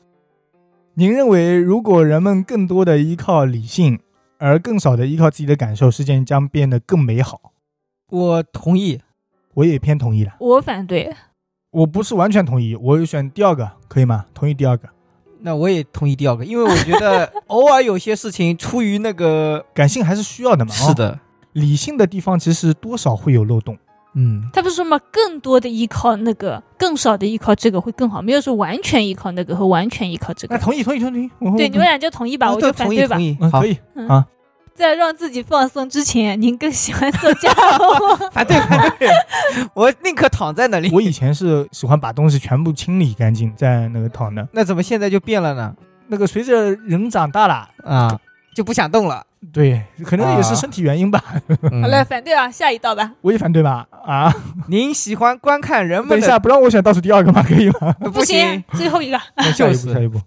您认为，如果人们更多的依靠理性，而更少的依靠自己的感受，世界将变得更美好？
我同意。
我也偏同意了，
我反对，
我不是完全同意，我选第二个，可以吗？同意第二个，
那我也同意第二个，因为我觉得偶尔有些事情出于那个
感性还是需要的嘛。哦
是，的，
理性的地方其实多少会有漏洞。
嗯，
他不是说嘛，更多的依靠那个，更少的依靠这个会更好，没有说完全依靠那个和完全依靠这
那
个。
同意，同意，同意。我
对，你们俩就同意吧，我就
都
反
同意
对吧
同。意，
嗯
好
可， 以，
嗯
啊，
在让自己放松之前，您更喜欢 做家 务？
反 对反对，我宁可躺在那里。
我以前是喜欢把东西全部清理干净再那个躺的。
那怎么现在就变了呢？
那个随着人长大了，
啊，就不想动 了。嗯
对，可能也是
啊
身体原因吧。
好
好
了，，反对啊，下一道吧。
我也反对吧。啊，
您喜欢观看人
等
们
一
的？
下，不让我选倒数第二个吗？可以 吗？
不
不行，，最后一个
那下
就
一步，下
是
一步。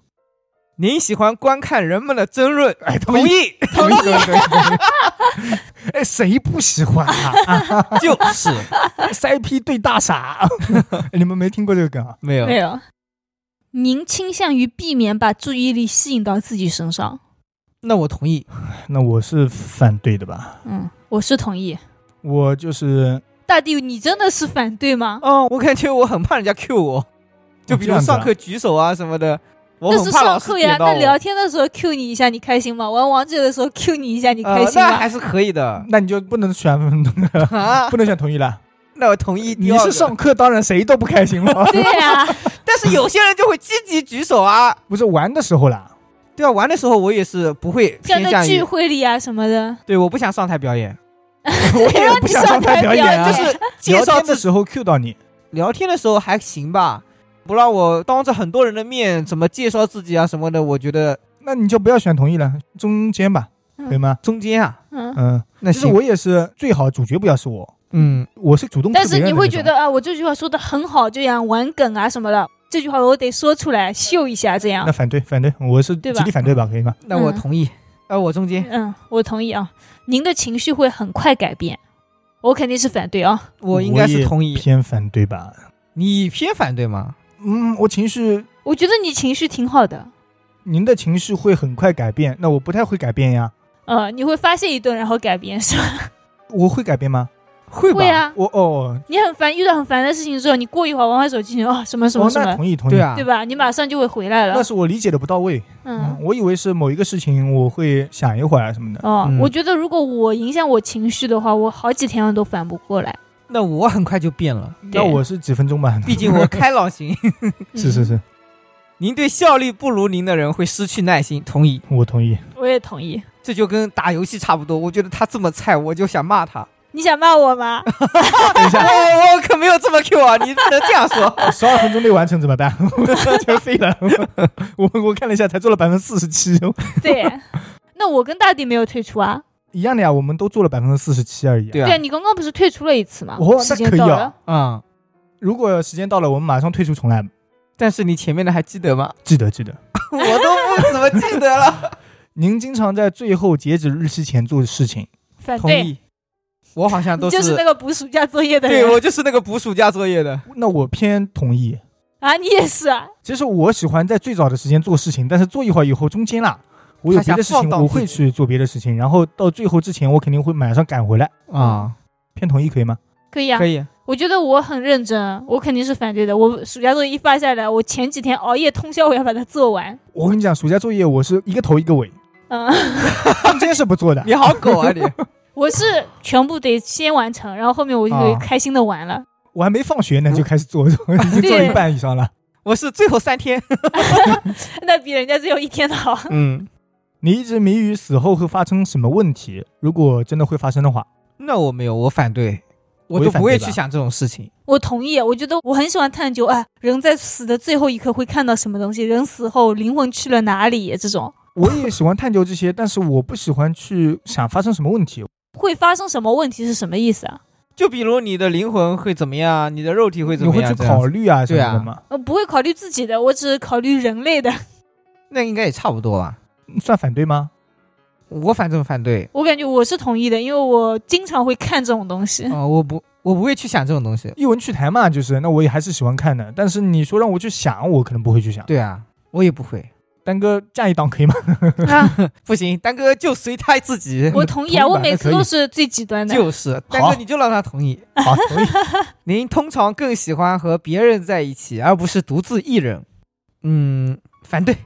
您喜欢观看人们的争论。
哎，同
同
意，
意，
同意，同意。同意 哎，谁不喜欢啊？ 啊
就是
塞批对大傻，哎 你们没听过这个梗啊？
没有
没有。您倾向于避免把注意力吸引到自己身上。
那我同意。
那我是反对的吧？
嗯，我是同意。
我就是
大地，你真的是反对吗？
嗯，我感觉我很怕人家 Q 我，就比
这
如
样子啊
上课举手啊什么的，我
那是
很怕老
上
师
课
点
呀，
到我。
那聊天的时候 Q 你一下，你开心吗？玩王者的时候 Q 你一下，你开心啊
呃、那
吗？
还是可以的
那你就不能选，
啊
不。能选同意了。
那我同意 第
你
二
是
个
上课，当然谁都不开心了。
对啊呀、
但是有些人就会积极举手啊。
不是玩的时候啦，
对啊，玩的时候我也是不会
像
偏
在
向
聚
于，
会里啊什么的，
对，我不想上台表演，
我
谁
也
让你
不想上台
台
表
演
演
就
啊。
是介
聊
绍
天的
自己。
时候 Q 到你，
聊天的时候还行吧，不让我当着很多人的面怎么介绍自己啊什么的，我觉得
那你就不要选同意了，中间吧，
嗯
可以吗？
中间啊，
嗯。
嗯，
那
其实
行，
我也是最好主角不要是我，
嗯，
我是主动推
但
别
是
人的
你
那种。
会觉得啊，我这句话说的很好，这样玩梗啊什么的，这句话我得说出来秀一下，这样
那。反对反对，我是
啊对吧
极力反对吧，可以吗？
那我同意，呃，我中间，
嗯，我同意啊，您的情绪会很快改变，我肯定是反对啊。
我应该
我
是
也
同意，
偏反对吧？
你偏反对吗？
嗯，我情绪，
我觉得你情绪挺好的，
您的情绪会很快改变，那我不太会改变呀。
呃，你会发泄一顿然后改变，是吧？
我会改变吗？
会吧？
会啊，
我哦，
你很烦，遇到很烦的事情之后，你过一会儿玩玩手机，你哦什么什么
哦，
什
那
么，
同意同意。
对，啊，
对吧？你马上就会回来
那
了。
是我理解的不到位。
嗯，
我以为是某一个事情，我会想一会儿啊什么的。
哦，
嗯
我觉得如果我影响我情绪的话，我好几天都反不过来。
那我很快就变了，
那我是几分钟吧？
毕竟我开朗型。
是是
嗯，
是，
您对效率不如您的人会失去耐心，同意。
我同意。
我也同意。
这就跟打游戏差不多，我觉得他这么菜，我就想骂 他。
你想骂我 吗？
等一
我
下，
哦我可没有这么 Q 啊，你不能这样说。
十二分钟内完成怎么办？ 我全废了。 我我看了一下，才做了百分之四十七，
对，那我跟大地没有退出啊。
一样的呀，我们都做了百分之四十七而已。
对
对啊，
啊，
你刚刚不是退出了一次吗？
哦那
时间
可以
到
啊
了，
嗯，
如果时间到了，我们马上退出重来。
但是你前面的还记得吗？
记得记得。
我都不怎么记得了。
您经常在最后截止日期前做事情，
反
同
对，
意，我好像
你
都
就是那个补暑假作业的
对
人
我就是那个补暑假作业的。
那我偏同意。
啊，你也是啊。
其实我喜欢在最早的时间做事情，但是做一会儿以后中间啦，我有别的事
他想
情，
放荡
我会
自己
去做别的事情，然后到最后之前，我肯定会马上赶回来。嗯
啊，
偏同意可以吗？
可以啊
可，以，
我觉得我很认真，啊我肯定是反对的。我暑假作业一发下来，我前几天熬夜通宵，我要把它做完。
我跟你讲，暑假作业我是一个头一个 尾，
嗯，
中间是不做的
你。好狗啊你！
我是全部得先完成，然后后面我就可以
啊
开心的玩了。
我还没放学呢，就开始 做，已经做一半以上了。
我是最后三天，
那比人家只有一天的好。
嗯，
你一直谜语死后会发生什么问题？如果真的会发生的话，
那我没有，我反对，我
我也
都不会
反对
去
吧
想这种事情。
我同意，啊我觉得我很喜欢探究，哎，人在死的最后一刻会看到什么东西？人死后灵魂去了哪里？这种
我也喜欢探究这些，但是我不喜欢去想发生什么问题。
会发生什么问题是什么意思啊？
就比如你的灵魂会怎么样，你的肉体会怎
你
么
会
样，
去
这样
考
子
虑啊什
对
么
啊
的吗？
呃我不会考虑自己的，我只是考虑人类的。
那应该也差不多吧。
算反对吗？
我反正反对，
我感觉我是同意的，因为我经常会看这种东西。
啊、我不，我不会去想这种东西。
一文趣谈嘛，就是那我也还是喜欢看的，但是你说让我去想，我可能不会去想。
对啊，我也不会。
丹哥下一档 可以吗？
啊，
不行，丹哥就随他自己，
我同意啊，
同意吧
我每次都是最极端的。
就是丹哥，你就让他同意。
好，同意。
您通常更喜欢和别人在一起，而不是独自一人。嗯，反对。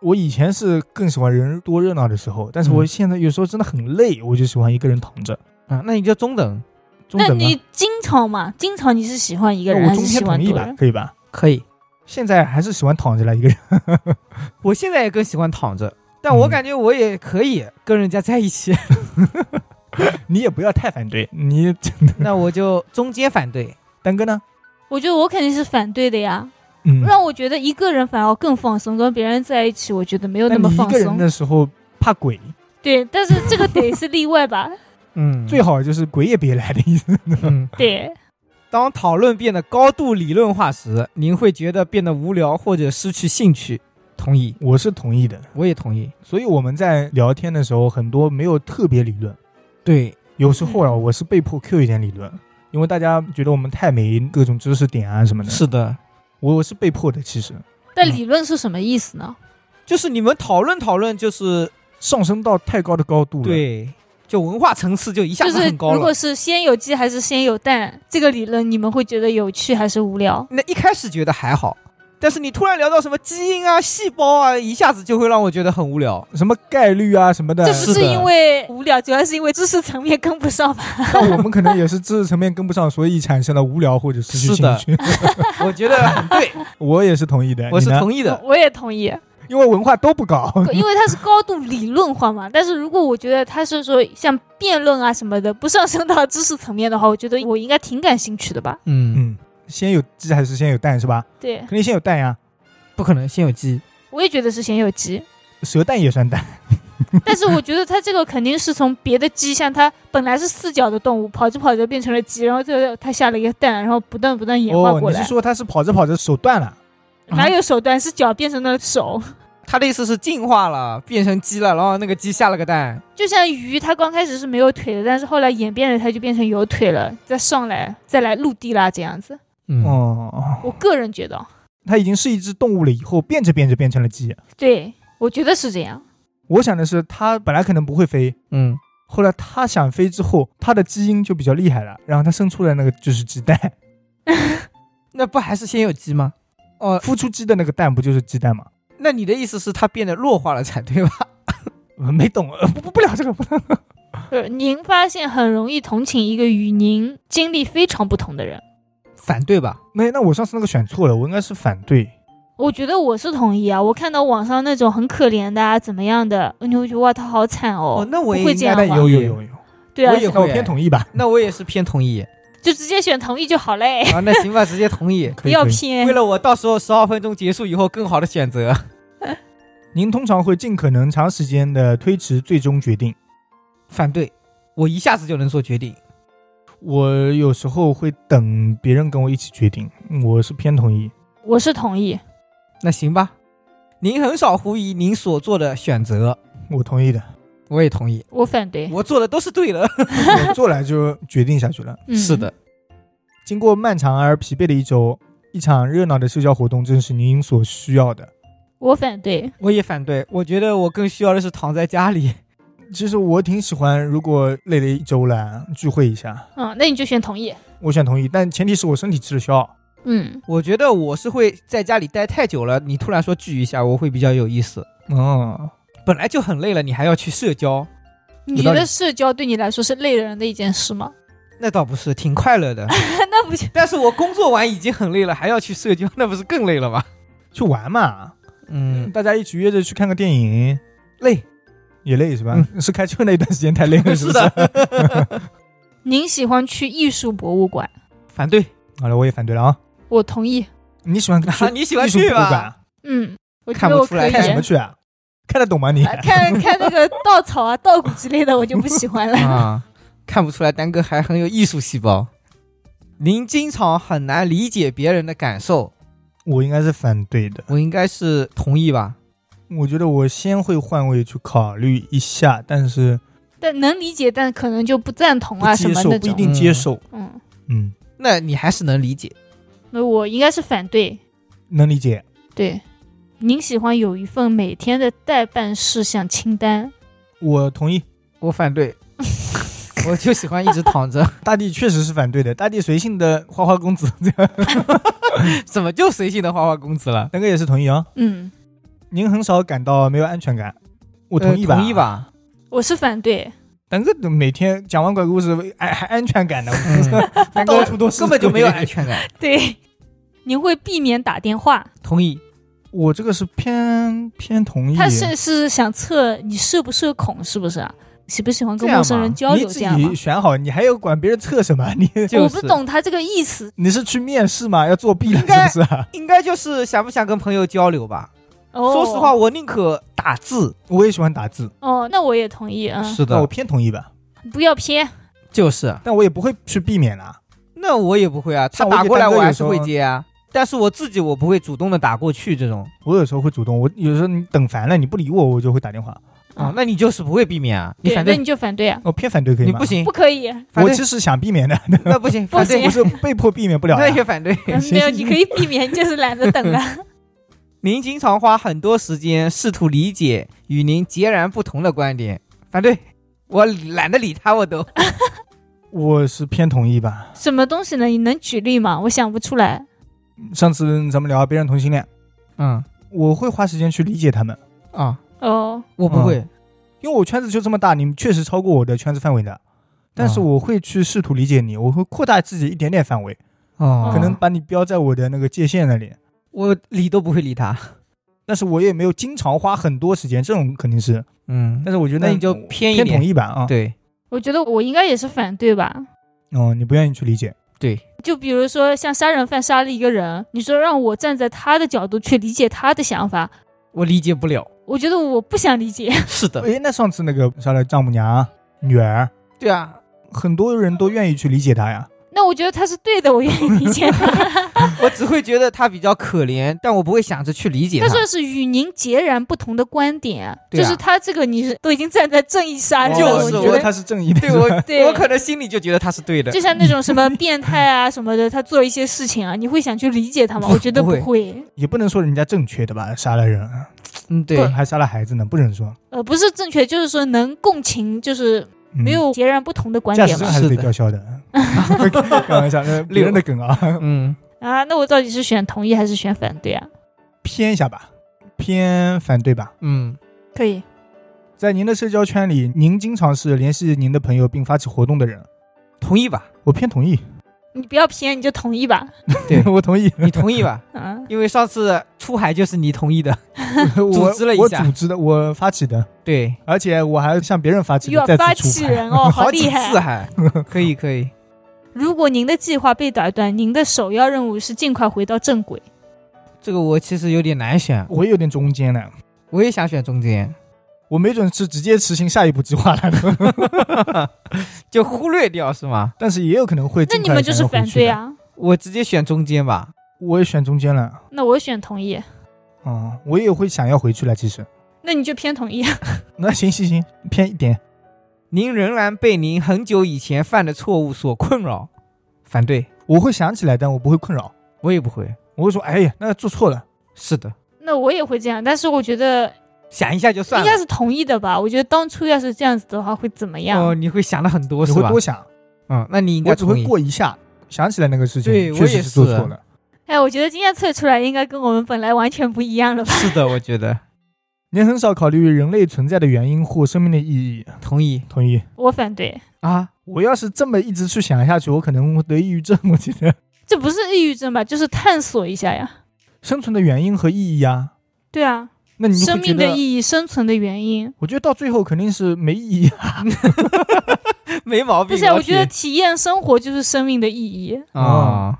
我以前是更喜欢人多热闹的时候，但是我
嗯
现在有时候真的很累，我就喜欢一个人躺着。
啊，那你就中等，
中
那
等吗？
你经常嘛？经常你是喜欢一个人
那我
还是
中间
喜欢
同意
多
吧，
人？
可以吧？
可以。
现在还是喜欢躺着了一个人。
我现在也更喜欢躺着，但
嗯
我感觉我也可以跟人家在一起。
你也不要太反对，你
那我就中间反对。
丹哥呢？
我觉得我肯定是反对的呀，
嗯，
让我觉得一个人反而更放松，跟别人在一起，我觉得没有
那
么
你一
放
个人
松。
的时候怕鬼，
对，但是这个得是例 外吧？
嗯，
最好就是鬼也别来的意思。
嗯，
对，
当讨论变得高度理论化时，您会觉得变得无聊或者失去兴趣。同意，
我是同意的，
我也同意。
所以我们在聊天的时候，很多没有特别理论。
对，
有时候啊，
嗯
我是被迫 Q 一点理论，因为大家觉得我们太没各种知识点啊什么的。
是的，
我我是被迫的，其实
但理论是什么意思呢？
就是你们讨论讨论，就是
上升到太高的高度了。，
对，就文化层次就一下
就
子
是
很高
如
了
果。是先有鸡还是先有蛋，这个理论你们会觉得有趣还是无聊？
那一开始觉得还好，但是你突然聊到什么基因啊、细胞啊，一下子就会让我觉得很 无聊。
什么概率啊什么的
这，
是
不是
的
因为无聊，主要是因为知识层面跟不上吧？
那我们可能也是知识层面跟不上，所以产生了无聊或者失去
是的
兴趣。
我觉得 很对，
我也是同意的，
我是
你呢
同意的。
我也同意，
因为文化都不高。
因为它是高度理论化嘛。但是如果我觉得它是说像辩论啊什么的，不上升到知识层面的话，我觉得我应该挺感兴趣的吧？
嗯，
嗯，先有鸡还是先有蛋是吧？
对
肯，定先有蛋呀，
不可能先有鸡。
我也觉得是先有鸡，
蛇蛋也算蛋。
但是我觉得它这个肯定是从别的鸡，像它本来是四脚的动物，跑着跑着变成了鸡，然后最后它下了一个蛋，然后不断不断演化
哦，
过
你
来。
是说它是跑着跑着手断了？
哪有手段是脚变成了手？
他的意思是进化了，变成鸡了，然后那个鸡下了个蛋。
就像鱼，它刚开始是没有腿的，但是后来演变了，它就变成有腿了，再上来，再来陆地啦，这样子。
嗯
哦，
我个人觉得，
它已经是一只动物了，以后变着变着变成了鸡。
对我觉得是这样。
我想的是，它本来可能不会飞，
嗯，
后来它想飞之后，它的基因就比较厉害了，然后它生出来那个就是鸡蛋，
那不还是先有鸡吗？哦，
孵出鸡的那个蛋不就是鸡蛋吗？
那你的意思是它变得弱化了才对吧？
呃没懂，呃不不不聊这个，不 聊。
就是您发现很容易同情一个与您经历非常不同的人，
反对吧？
那那我上次那个选错了，我应该是反对。
我觉得我是同意啊。我看到网上那种很可怜的啊，怎么样的，你会觉得哇，他好惨哦。
哦，那我也
不会
应
这
该
样
那
吧
同
有
意
有有有，
对啊
我，也
那我
会
偏同意吧。
那我也是偏同意
就直接选同意就好嘞，
啊。那行吧，直接同意。
可
不
以
要
可以
偏
为。了我到时候十二分钟结束以后更好的选择，
您通常会尽可能长时间的推迟最终决定。
反对，我一下子就能做决定。
我有时候会等别人跟我一起决定，我是偏同意。
我是同意，
那行吧，您很少狐疑您所做的选择，
我同意的，
我也同意，
我反对。
我做的都是对的。
我做来就决定下去了。
嗯，，，
经过漫长而疲惫的一周，一场热闹的社交活动正是您所需要的。
我反对。
我也反对，我觉得我更需要的是躺在家里。
其实我挺喜欢，如果累了一周了，聚会一下，
嗯，那你就选同意。
我选同意，但前提是我身体吃得消。
嗯，
我觉得我是会在家里待太久了，你突然说聚一下，我会比较有意思。
嗯，
本来就很累了，你还要去社交，
你觉得社交对你来说是累人的一件事吗？
那倒不是，挺快乐的。
那不行，
但是我工作完已经很累了，还要去社交，那不是更累了吗？
去玩嘛，
嗯，
大家一起约着去看个电影，
累，
也累是吧？是开车那段时间太累了，是不
嗯
是？
是的。
您喜欢去艺术博物馆？
反 对，
好了，我也反对了啊！
我同意。
你喜欢去
啊你喜欢
艺术
去
博物
吧？
馆？
嗯，我觉
看
得
不
我
出
可
来
以。
看什么去啊？看得懂吗你？
啊 看看那个稻草啊、稻谷之类的，我就不喜欢 了。
啊，看不出来，丹哥还很有艺术细胞。您经常很难理解别人的感受，
我应该是反对的。
我应该是同意吧？
我觉得我先会换位去考虑一下，但是
但能理解，但可能就不赞同
不
啊什
接
么
受
那
不一
种。
定接受。
嗯，
嗯，
那你还是能理解。
那我应该是反对。
能理解。
对，您喜欢有一份每天的代办事项清单？
我同意。
我反 对，我就喜欢一直躺着，
大地确实是反对的，大地随性的花花公子，这 样
怎么就随性的花花公子了？
南哥也是同意啊。
嗯，
您很少感到没有安全感，我
我
同意吧？
呃同意。吧。
我是反对。
南哥每天讲完鬼故事，安还安全感呢，
丹
到
哥
处都是，
嗯根本就没有安。全 感。
对，您会避免打电话？
同意，
我这个是偏偏同意。
他是是想测你社不社恐，是不是啊？喜不喜欢
这
跟
样
陌
嘛
生人交
你
流
自
这样吗
己？选好，你还要管别人测什么？ 你
就是
我不懂他这个意思。
你是去面试吗？要作弊了
应该
是不是啊？
应该就是想不想跟朋友交流吧。
哦、
说实话，，我宁可打字。
我也喜欢打字，
哦，那我也同意啊、
是
那我，偏同意吧，
不要偏。
就是。
但我也不会去避免啊啦。
那我也不会啊，他
像我
打
给
过来
丹哥
我还
有
是
时候
会接啊，但是我自己我不会主动的打过去这种。
我有时候会主动，我有时候你等烦了，你不理我，我就会打电话。
哦，那你就是不会避免啊，你
对
反
那
对
你，就反对啊？
我偏反对可以
你
吗？
不，行
不，可以，
反
我
对
其，实想避免的，
那 不行，
不
反对
我
行，
是被迫避免不了的
那。也反对。
嗯
行
没有，
行
你可以避免，就是懒得等啊 了。
您经常花很多时间试图理解与您截然不同的观点，反对，我懒得理他，我都。
我是偏同意吧。
什么东西呢？你能举例吗？我想不出来。
上次咱们聊别人同性恋，
嗯
我会花时间去理解他们，
啊，
哦，
我不会，
因为我圈子就这么大，你们确实超过我的圈子范围的。但是
啊
我会去试图理解你，我会扩大自己一点点范围，
哦
可能把你标在我的那个界限那里。
我理都不会理他。
但是我也没有经常花很多时间，这种肯定是。
嗯
但是我觉得
那你就偏一
偏
点
同意吧啊。，
对
我觉得我应该也是反对吧。
哦，你不愿意去理解，
对，
就比如说，像杀人犯杀了一个人，你说让我站在他的角度去理解他的想法，
我理解不了。
我觉得我不想理解。
是的，
诶，那上次那个杀了丈母娘、女儿，
对啊，
很多人都愿意去理解她呀。
那我觉得他是对的，我愿意理解 他。
我只会觉得他比较可怜，但我不会想着去理解
他
他。
说是与您截然不同的观点，
对啊
就是他这个你是都已经站在正义杀人
就
了，哦
是
我
我
觉
哦觉得
得
她是正义的，
对我，
对
我可能心里就觉得他是对的
就。像那种什么变态啊什么的，他做一些事情啊，你会想去理解他吗？
不
我觉得
不会
会，
也不能说人家正确的吧，杀了人，
嗯，
不
对，
还杀了孩子呢，不能说。
呃，不是正确，就是说能共情，就是
嗯
没有截然不同的观
驾驶
点
证
嘛。
还是
是
得
的
吊销 的， 开玩笑，那别人的梗啊，
嗯，
啊，那我到底是选同意还是选反对啊？
偏一下吧，偏反对吧。
嗯，
可以，
在您的社交圈里，您经常是联系您的朋友并发起活动的人，
同意 吧？
我偏同意，
你不要偏，你就同意吧。
对
我同意，
你同意吧？
嗯，
因为上次出海就是你同意的，
我
组织了一
我
下
组织的，我发起的，
对，
而且我还向别人发起
又
的，再
要发
次
起
出牌。
人哦，好
好几
厉害
啊
次！还 可以可以，
如果您的计划被打断，您的首要任务是尽快回到正轨。
这个我其实有点难选，
我有点中间呢，
我也想选中间，
我没准是直接执行下一步计划了的，
就忽略掉是吗？
但是也有可能会。
那你们就是反对！啊？
我直接选中间吧。
我也选中间了，
那我选同意，
嗯，我也会想要回去了。其实，
那你就偏同意。啊
那行行行，偏一点，
您仍然被您很久以前犯的错误所困扰，反对
我会想起来，但我不会困扰。
我也不会。
我会说，哎呀，那做错了，
是的，
那我也会这样，但是我觉得
想一下就算
应
了
该。是同意的吧？我觉得当初要是这样子的话，会怎么样？
哦，你会想的很多
你
是
会
吧
多？想，
嗯，那你应该
我只
同
会
意。
过一下，想起来那个事情，
对
确
我也
实做
是
错了。
哎，我觉得今天测出来应该跟我们本来完全不一样了吧？
是的，我觉得
您很少考虑人类存在的原因或生命的意义，
同意
同意。
我反对，
啊。
我要是这么一直去想下去，我可能会得抑郁症。我觉得
这不是抑郁症吧？就是探索一下呀。
生存的原因和意义啊，
对啊，
那你就
生
会觉
命的
得，
意义、生存的原因，
我觉得到最后肯定是没意义啊。
没毛病。
不是啊？我觉得
铁
体验生活就是生命的意义。
啊，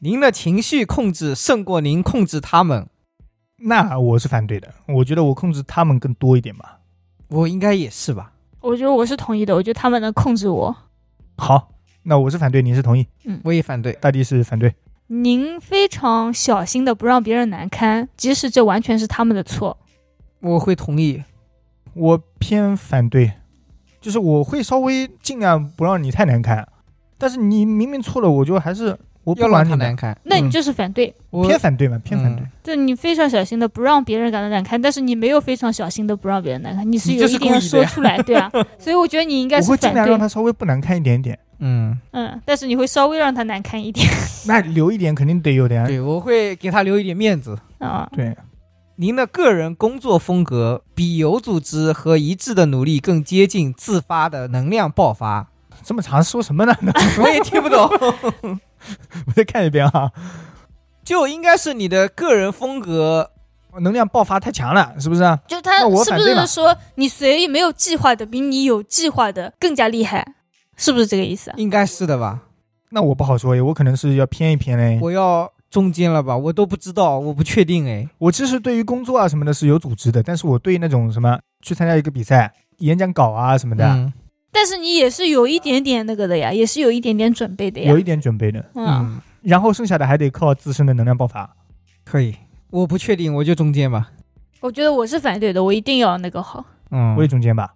您的情绪控制胜过您控制他们，
那我是反对的，我觉得我控制他们更多一点吧。
我应该也是吧？
我觉得我是同意的，我觉得他们能控制我。
好，那我是反对，你是同意，
我也反对。
大地是反对。
您非常小心的不让别人难堪，即使这完全是他们的错。
我会同意。
我偏反对，就是我会稍微尽量不让你太难看，但是你明明错了，我就还是我不
要让
管
他
你
难
的，
看，
那你就是反对，
我
偏反对嘛，偏反对。
嗯
就你非常小心的不让别人感到难堪，但是你没有非常小心的不让别人难堪，你是
你
有
就是
一定要
故意的
说
呀
出来，对 啊。所以我觉得你应该
我
是
会
反
尽量让
对，
他稍微不难看一点点，
嗯，
嗯，但是你会稍微让他难堪一点
那留一点肯定得有的呀。
对，我会给他留一点面子。
啊。
对，
您的个人工作风格比有组织和一致的努力更接近自发的能量 爆发。
这么长说什么呢？
我也听不懂，
我再看一遍啊，
就应该是你的个人风格。
能量爆发太强了，是不是啊？
就他
那我
是
反
不
对
是
吧
说你随意没有计划的比你有计划的更加厉害？是不是这个意思啊？
应该是的吧？
那我不好说耶，我可能是要偏一偏嘞。我
我要中间了吧？我都不知道，我不确定哎。
我其实对于工作啊什么的是有组织的，但是我对那种什么去参加一个比赛、演讲稿啊什么的，
嗯
但是你也是有一点点那个的呀，也是有一点点准备的呀
有。一点准备的。
嗯，
嗯，
然后剩下的还得靠自身的能量爆发。
可以。我不确定，我就中间吧。
我觉得我是反对的，我一定要那个好。
嗯，
我也中间吧，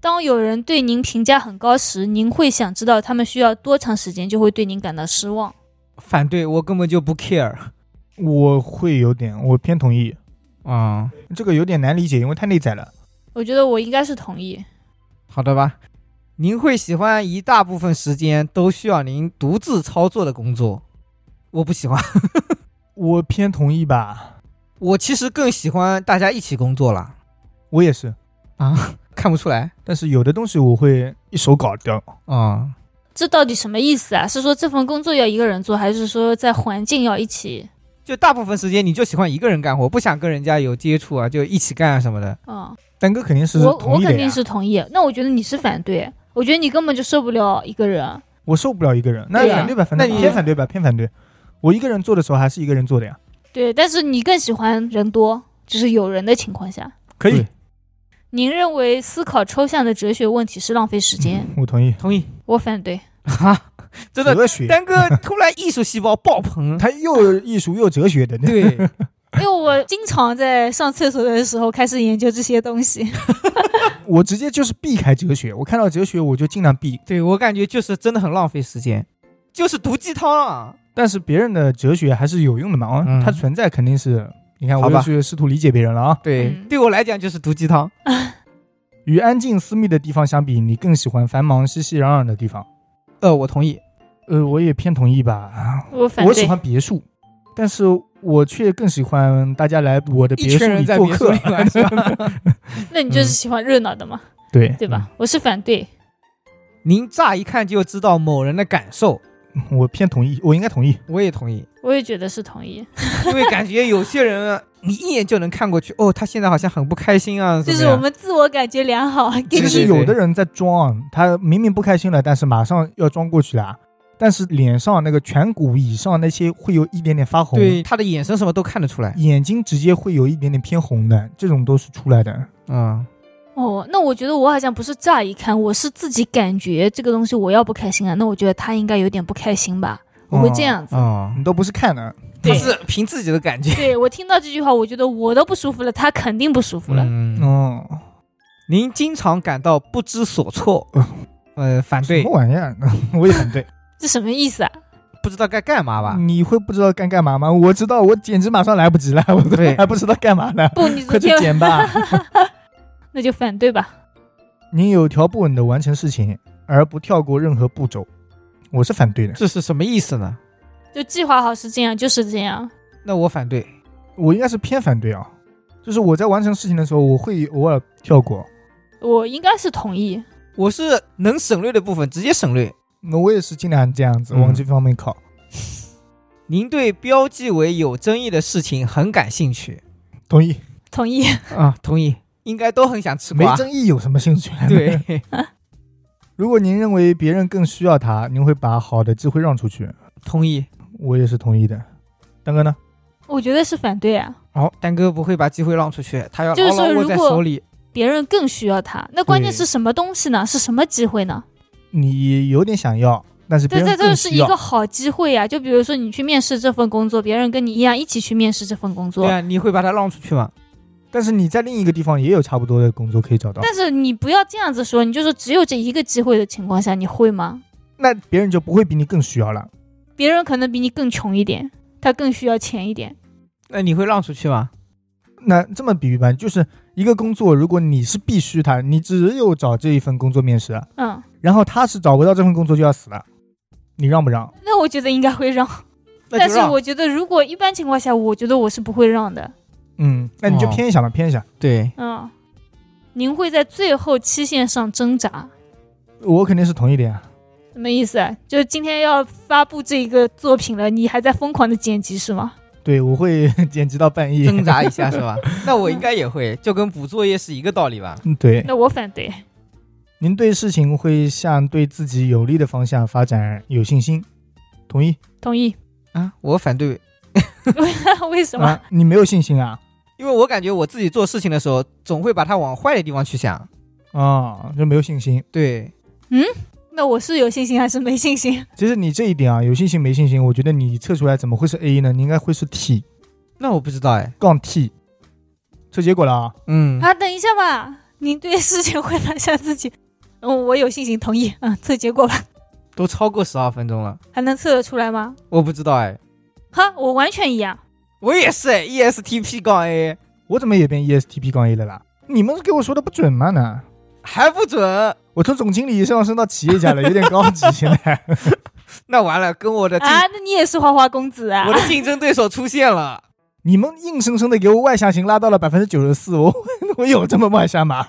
当有人对您评价很高时，您会想知道他们需要多长时间就会对您感到失望。
反对，我根本就不 care。
我会有点，我偏同意。
啊、
这个有点难理解，因为太内在了。
我觉得我应该是同意。
好的吧。您会喜欢一大部分时间都需要您独自操作的工作，我不喜欢。
我偏同意吧，
我其实更喜欢大家一起工作啦。
我也是。
啊，看不出来
但是有的东西我会一手搞掉，
啊、
这到底什么意思啊？是说这份工作要一个人做，还是说在环境要一起？
就大部分时间你就喜欢一个人干活，不想跟人家有接触啊，就一起干啊什么的。
嗯，
丹哥肯定是
我我
同意的呀。
肯定是同意。那我觉得你是反对，我觉得你根本就受不了一个人。
我受不了一个人，那
对呀啊
反对吧，反
那
对，
你
偏反对吧，偏反对。我一个人做的时候还是一个人做的呀，
对，但是你更喜欢人多，就是有人的情况下。
可以
对，
您认为思考抽象的哲学问题是浪费时间？
我同意。
同意
我反对。
啊，真的，
哲学，
丹哥突然艺术细胞 爆棚。
他又艺术又哲学的，对
对，
因为我经常在上厕所的时候开始研究这些 东西。
我直接就是避开哲学，我看到哲学我就尽量避。
对我感觉就是真的很浪费时间，就是毒鸡汤啊。
但是别人的哲学还是有用的嘛，啊、
嗯
它存在肯定是。你看，
好
我
吧
又去试图理解别人了啊。
对，
嗯
对我来讲就是毒鸡汤。
与安静私密的地方相比，你更喜欢繁忙熙熙攘攘的地方？
呃，我同意。
呃，我也偏同意吧。
我反
我
对
喜欢别墅，但是我却更喜欢大家来我的
一
别墅
群
里
人在
做
别墅
客
里。 玩是吧？
那
嗯
你就是喜欢热闹的嘛，
对
对吧？？我是反对，
您乍一看就知道某人的感受，
嗯我偏同意，我应该同意。
我也同意，
我也觉得是同意，
因为感觉有些人啊你一眼就能看过去，哦，他现在好像很不开心啊，
就
怎
是
么样
我们自我感觉良好，给
其
你
实有的人在装，啊他明明不开心了，但是马上要装过去了，但是脸上那个颧骨以上那些会有一点点发红，
对他的眼神什么都看得出来。
眼睛直接会有一点点偏红的，这种都是出来的。
嗯，
哦。那我觉得我好像不是乍一看，我是自己感觉这个东西我要不开心啊，那我觉得他应该有点不开心吧，我会这样子。
哦
嗯你都不是看的，
他
对
是凭自己的感觉。
对我听到这句话，我觉得我都不舒服了，他肯定不舒服了。
嗯，
哦，
您经常感到 不知所措，呃，反
什
对
么，玩意儿？我也反对。
这什么意思啊？
不知道该干嘛吧？
你会不知道该干嘛吗？我知道，我简直马上来不及了， 我都
对
还不知道干嘛呢，
不，你
快去
昨天
剪 吧。
那就反对吧。
你有条不紊的完成事情，而不跳过任何步骤，我是反对的。
这是什么意思呢？
就计划好是这样，就是这样。
那我反对。
我应该是偏反对啊，就是我在完成事情的时候，我会偶尔跳过。
我应该是同意，
我是能省略的部分直接省略。
那我也是尽量这样子
嗯
往这方面靠。
您对标记为有争议的事情很感兴趣
同意，
同意。
啊？同意，应该都很想吃
没
瓜。
争议有什么兴趣？，
对，
如果您认为别人更需要它，您会把好的机会让出去。
同意。
我也是同意的。丹哥呢？
我觉得是反对啊，
哦，丹哥不会把机会让出去，他要
就是
牢
说
牢握在
如果
手里。
别人更需要他。那关键
对
是什么东西呢？是什么机会呢？
你有点想要，但是别
对，
人
这
更
都是
需
一
要。
个好机会啊呀、就比如说你去面试这份工作，别人跟你一样一起去面试这份工作，
对啊，你会把他让出去吗？
但是你在另一个地方也有差不多的工作可以找到，
但是你不要这样子说，你就说只有这一个机会的情况下，你会吗？
那别人就不会比你更需要了。
别人可能比你更穷一点，他更需要钱一点。
那你会让出去吗？
那这么比喻吧，就是一个工作，如果你是必须它，你只有找这一份工作面试，啊
嗯，
然后他是找不到这份工作就要死了，你让不让？
那我觉得应该会让，
那
但
就是让。
我觉得如果一般情况下，我觉得我是不会让的。
嗯，那你就
哦
偏一下嘛，偏一下。
对，
嗯，您会在最后期限上挣扎，
我肯定是同意的呀。
什么意思啊？就是今天要发布这个作品了，你还在疯狂的剪辑是吗？
对，我会 剪辑到半夜。
挣扎一下是吧？ 那我应该也会，就跟补作业是一个道理吧？
嗯，对，
那我反对。
您对事情会向对自己有利的方向发展有信心，同意？
同意？
啊，我反对，
为什么？
啊，你没有信心啊？
因为我感觉我自己做事情的时候，总会把它往坏的地方去想。
啊，就没有信心。
对，
那我是有信心还是没信心？
其实你这一点啊，有信心没信心，我觉得你测出来怎么会是 A 呢？你应该会是 T
那我不知道哎。
杠 T，测结果了啊。
嗯，
啊，等一下吧，你对事情回答一下自己。 嗯，我有信心，同意。嗯，测结果吧，
都超过十二分钟了，
还能测得出来吗？
我不知道哎。
哈，我完全一样。
我也是哎，ESTP 杠 A
我怎么也变 E ESTP 杠 A 了啦？你们给我说的不准吗呢？
还不准，
我从总经理上升到企业家了，有点高级现 在。
那完了，跟我的竞、
啊，那你也是花花公子啊
我？的竞争对手出现了。
你们硬生生的给我外向型拉到了百分之九十四，我 我有这么外向吗？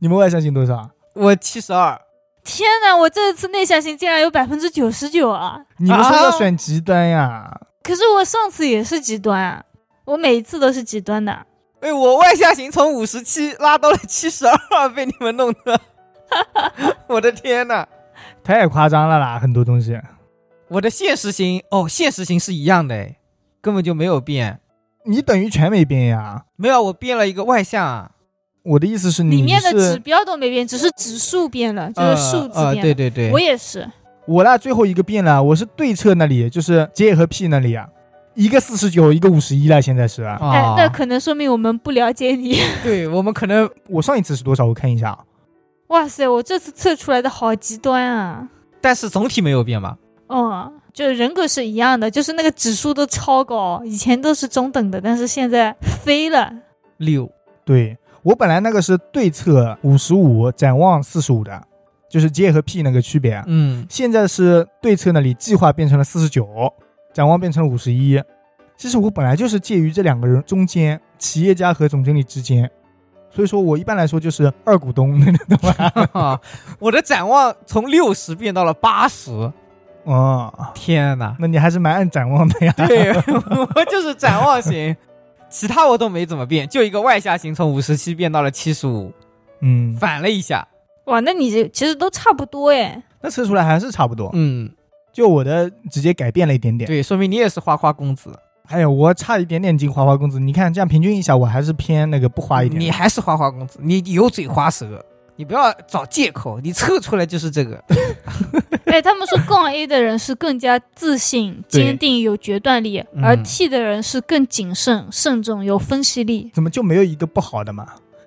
你们外向性多少？
我七十二，
天哪，我这次内向型竟然有百分之九十九啊！
你们说
啊
要选极端呀？
可是我上次也是极端啊，我每一次都是极端的。
哎，我外向型从五十七拉到了七十二，被你们弄的， 我的天呐！
太夸张了啦，很多东西。
我的现实型哦，现实型是一样的哎，根本就没有变，
你等于全没变呀。
没有，我变了一个外向啊，
我的意思是你是，
里面的指标都没变，只是指数变了，就是数字
呃呃
变了。
对对对，啊
我也是，
我那最后一个变了，我是对侧那里，就是 J 和 P 那里啊，一个四十九，一个五十一了，现在是。
啊、
哎，那可能说明我们不了解你。
对我们可能
我上一次是多少？我看一下啊，
哇塞，我这次测出来的好极端啊！
但是总体没有变吧？
嗯，就人格是一样的，就是那个指数都超高，以前都是中等的，但是现在飞了。
六，
对我本来那个是对侧五十五，展望四十五的，就是 J 和 P 那个区别。
嗯，
现在是对侧那里计划变成了四十九，展望变成了五十一。其实我本来就是介于这两个人中间，企业家和总经理之间，所以说我一般来说就是二股东， 你懂吧？
我的展望从六十变到了八十，
哦，
天哪！
那你还是蛮按展望的呀。
对我就是展望型，其他我都没怎么变，就一个外向型从五十七变到了七十五，
嗯，
反了一下。
哇，那你这其实都差不多哎。
那测出来还是差不多，
嗯，
就我的直接改变了一点点。
对，说明你也是花花公子，
哎呀，我差一点点进花花公子，你看这样平均一下，我还是偏那个不花一点的。
你还是花花公子，你油嘴滑舌，你不要找借口，你测出来就是这个。
哎，他们说杠 A 的人是更加自信、
对
坚定、有决断力，
嗯
而 T 的人是更谨慎、慎重、有分析力。
怎么就没有一个不好的嘛？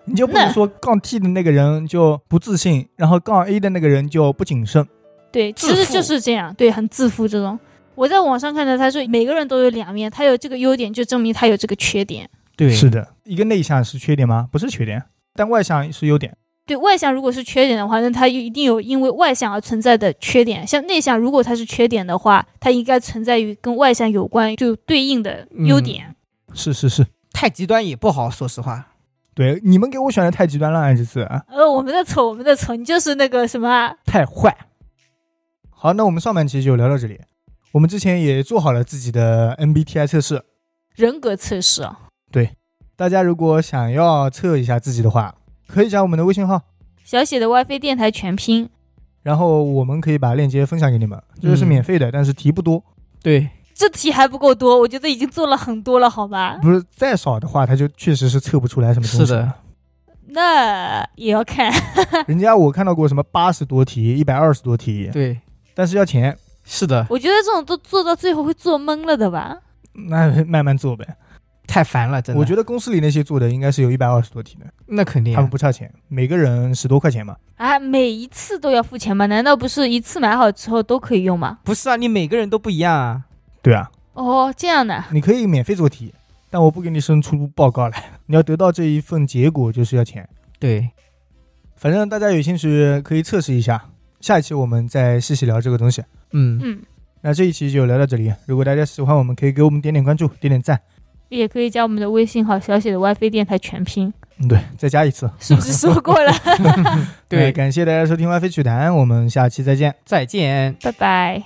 你就不
那
能说杠 T 的那个人就不自信，然后杠 A 的那个人就不谨慎。
对，
自
其实
负
就是这样，对，很自负这种。我在网上看到他说每个人都有两面，他有这个优点就证明他有这个缺点。
对，
是的，一个内向是缺点吗？不是缺点，但外向是优点。
对外向如果是缺点的话，那他一定有因为外向而存在的缺点。像内向如果他是缺点的话，它应该存在于跟外向有关就对应的优点。
是是是，
太极端也不好，说实话。
对，你们给我选的太极端了，哎这次啊
呃，我们的丑，我们的丑，你就是那个什么啊，
太坏。好，那我们上半期就聊到这里。我们之前也做好了自己的 MBTI 测试，
人格测试啊。
大家如果想要测一下自己的话，可以加我们的微信号，
小写的 WiFi 电台全拼，
然后我们可以把链接分享给你们，这个是
嗯
免费的，但是题不多，
对，
这题还不够多，我觉得已经做了很多了，好吧？
不是再少的话，它就确实是测不出来什么东西。
是的，
那也要看，
人家我看到过什么八十多题、一百二十多题，
对，
但是要钱，
是的，
我觉得这种都做到最后会做懵了的吧？
那 慢慢做呗。
太烦了，真的。
我觉得公司里那些做的应该是有一百二十多题的，
那肯定
他
啊，
们不差钱，每个人十多块钱嘛。
啊，每一次都要付钱吗？难道不是一次买好之后都可以用吗？
不是啊，你每个人都不一样啊。
对啊，
哦，这样的，
你可以免费做题，但我不给你生出报告来。 你要得到这一份结果就是要钱。
对，
反正大家有兴趣可以测试一下，下一期我们再细细聊这个东西。
嗯，
嗯，
那这一期就聊到这里，如果大家喜欢我们，可以给我们点点关注，点点赞。
也可以加我们的微信号小写的 WiFi 电台全拼，
嗯，对，再加一次。
是不是说过了？
那
对，
感谢大家收听《歪飞曲坛》，我们下期再见。
再见。
拜拜。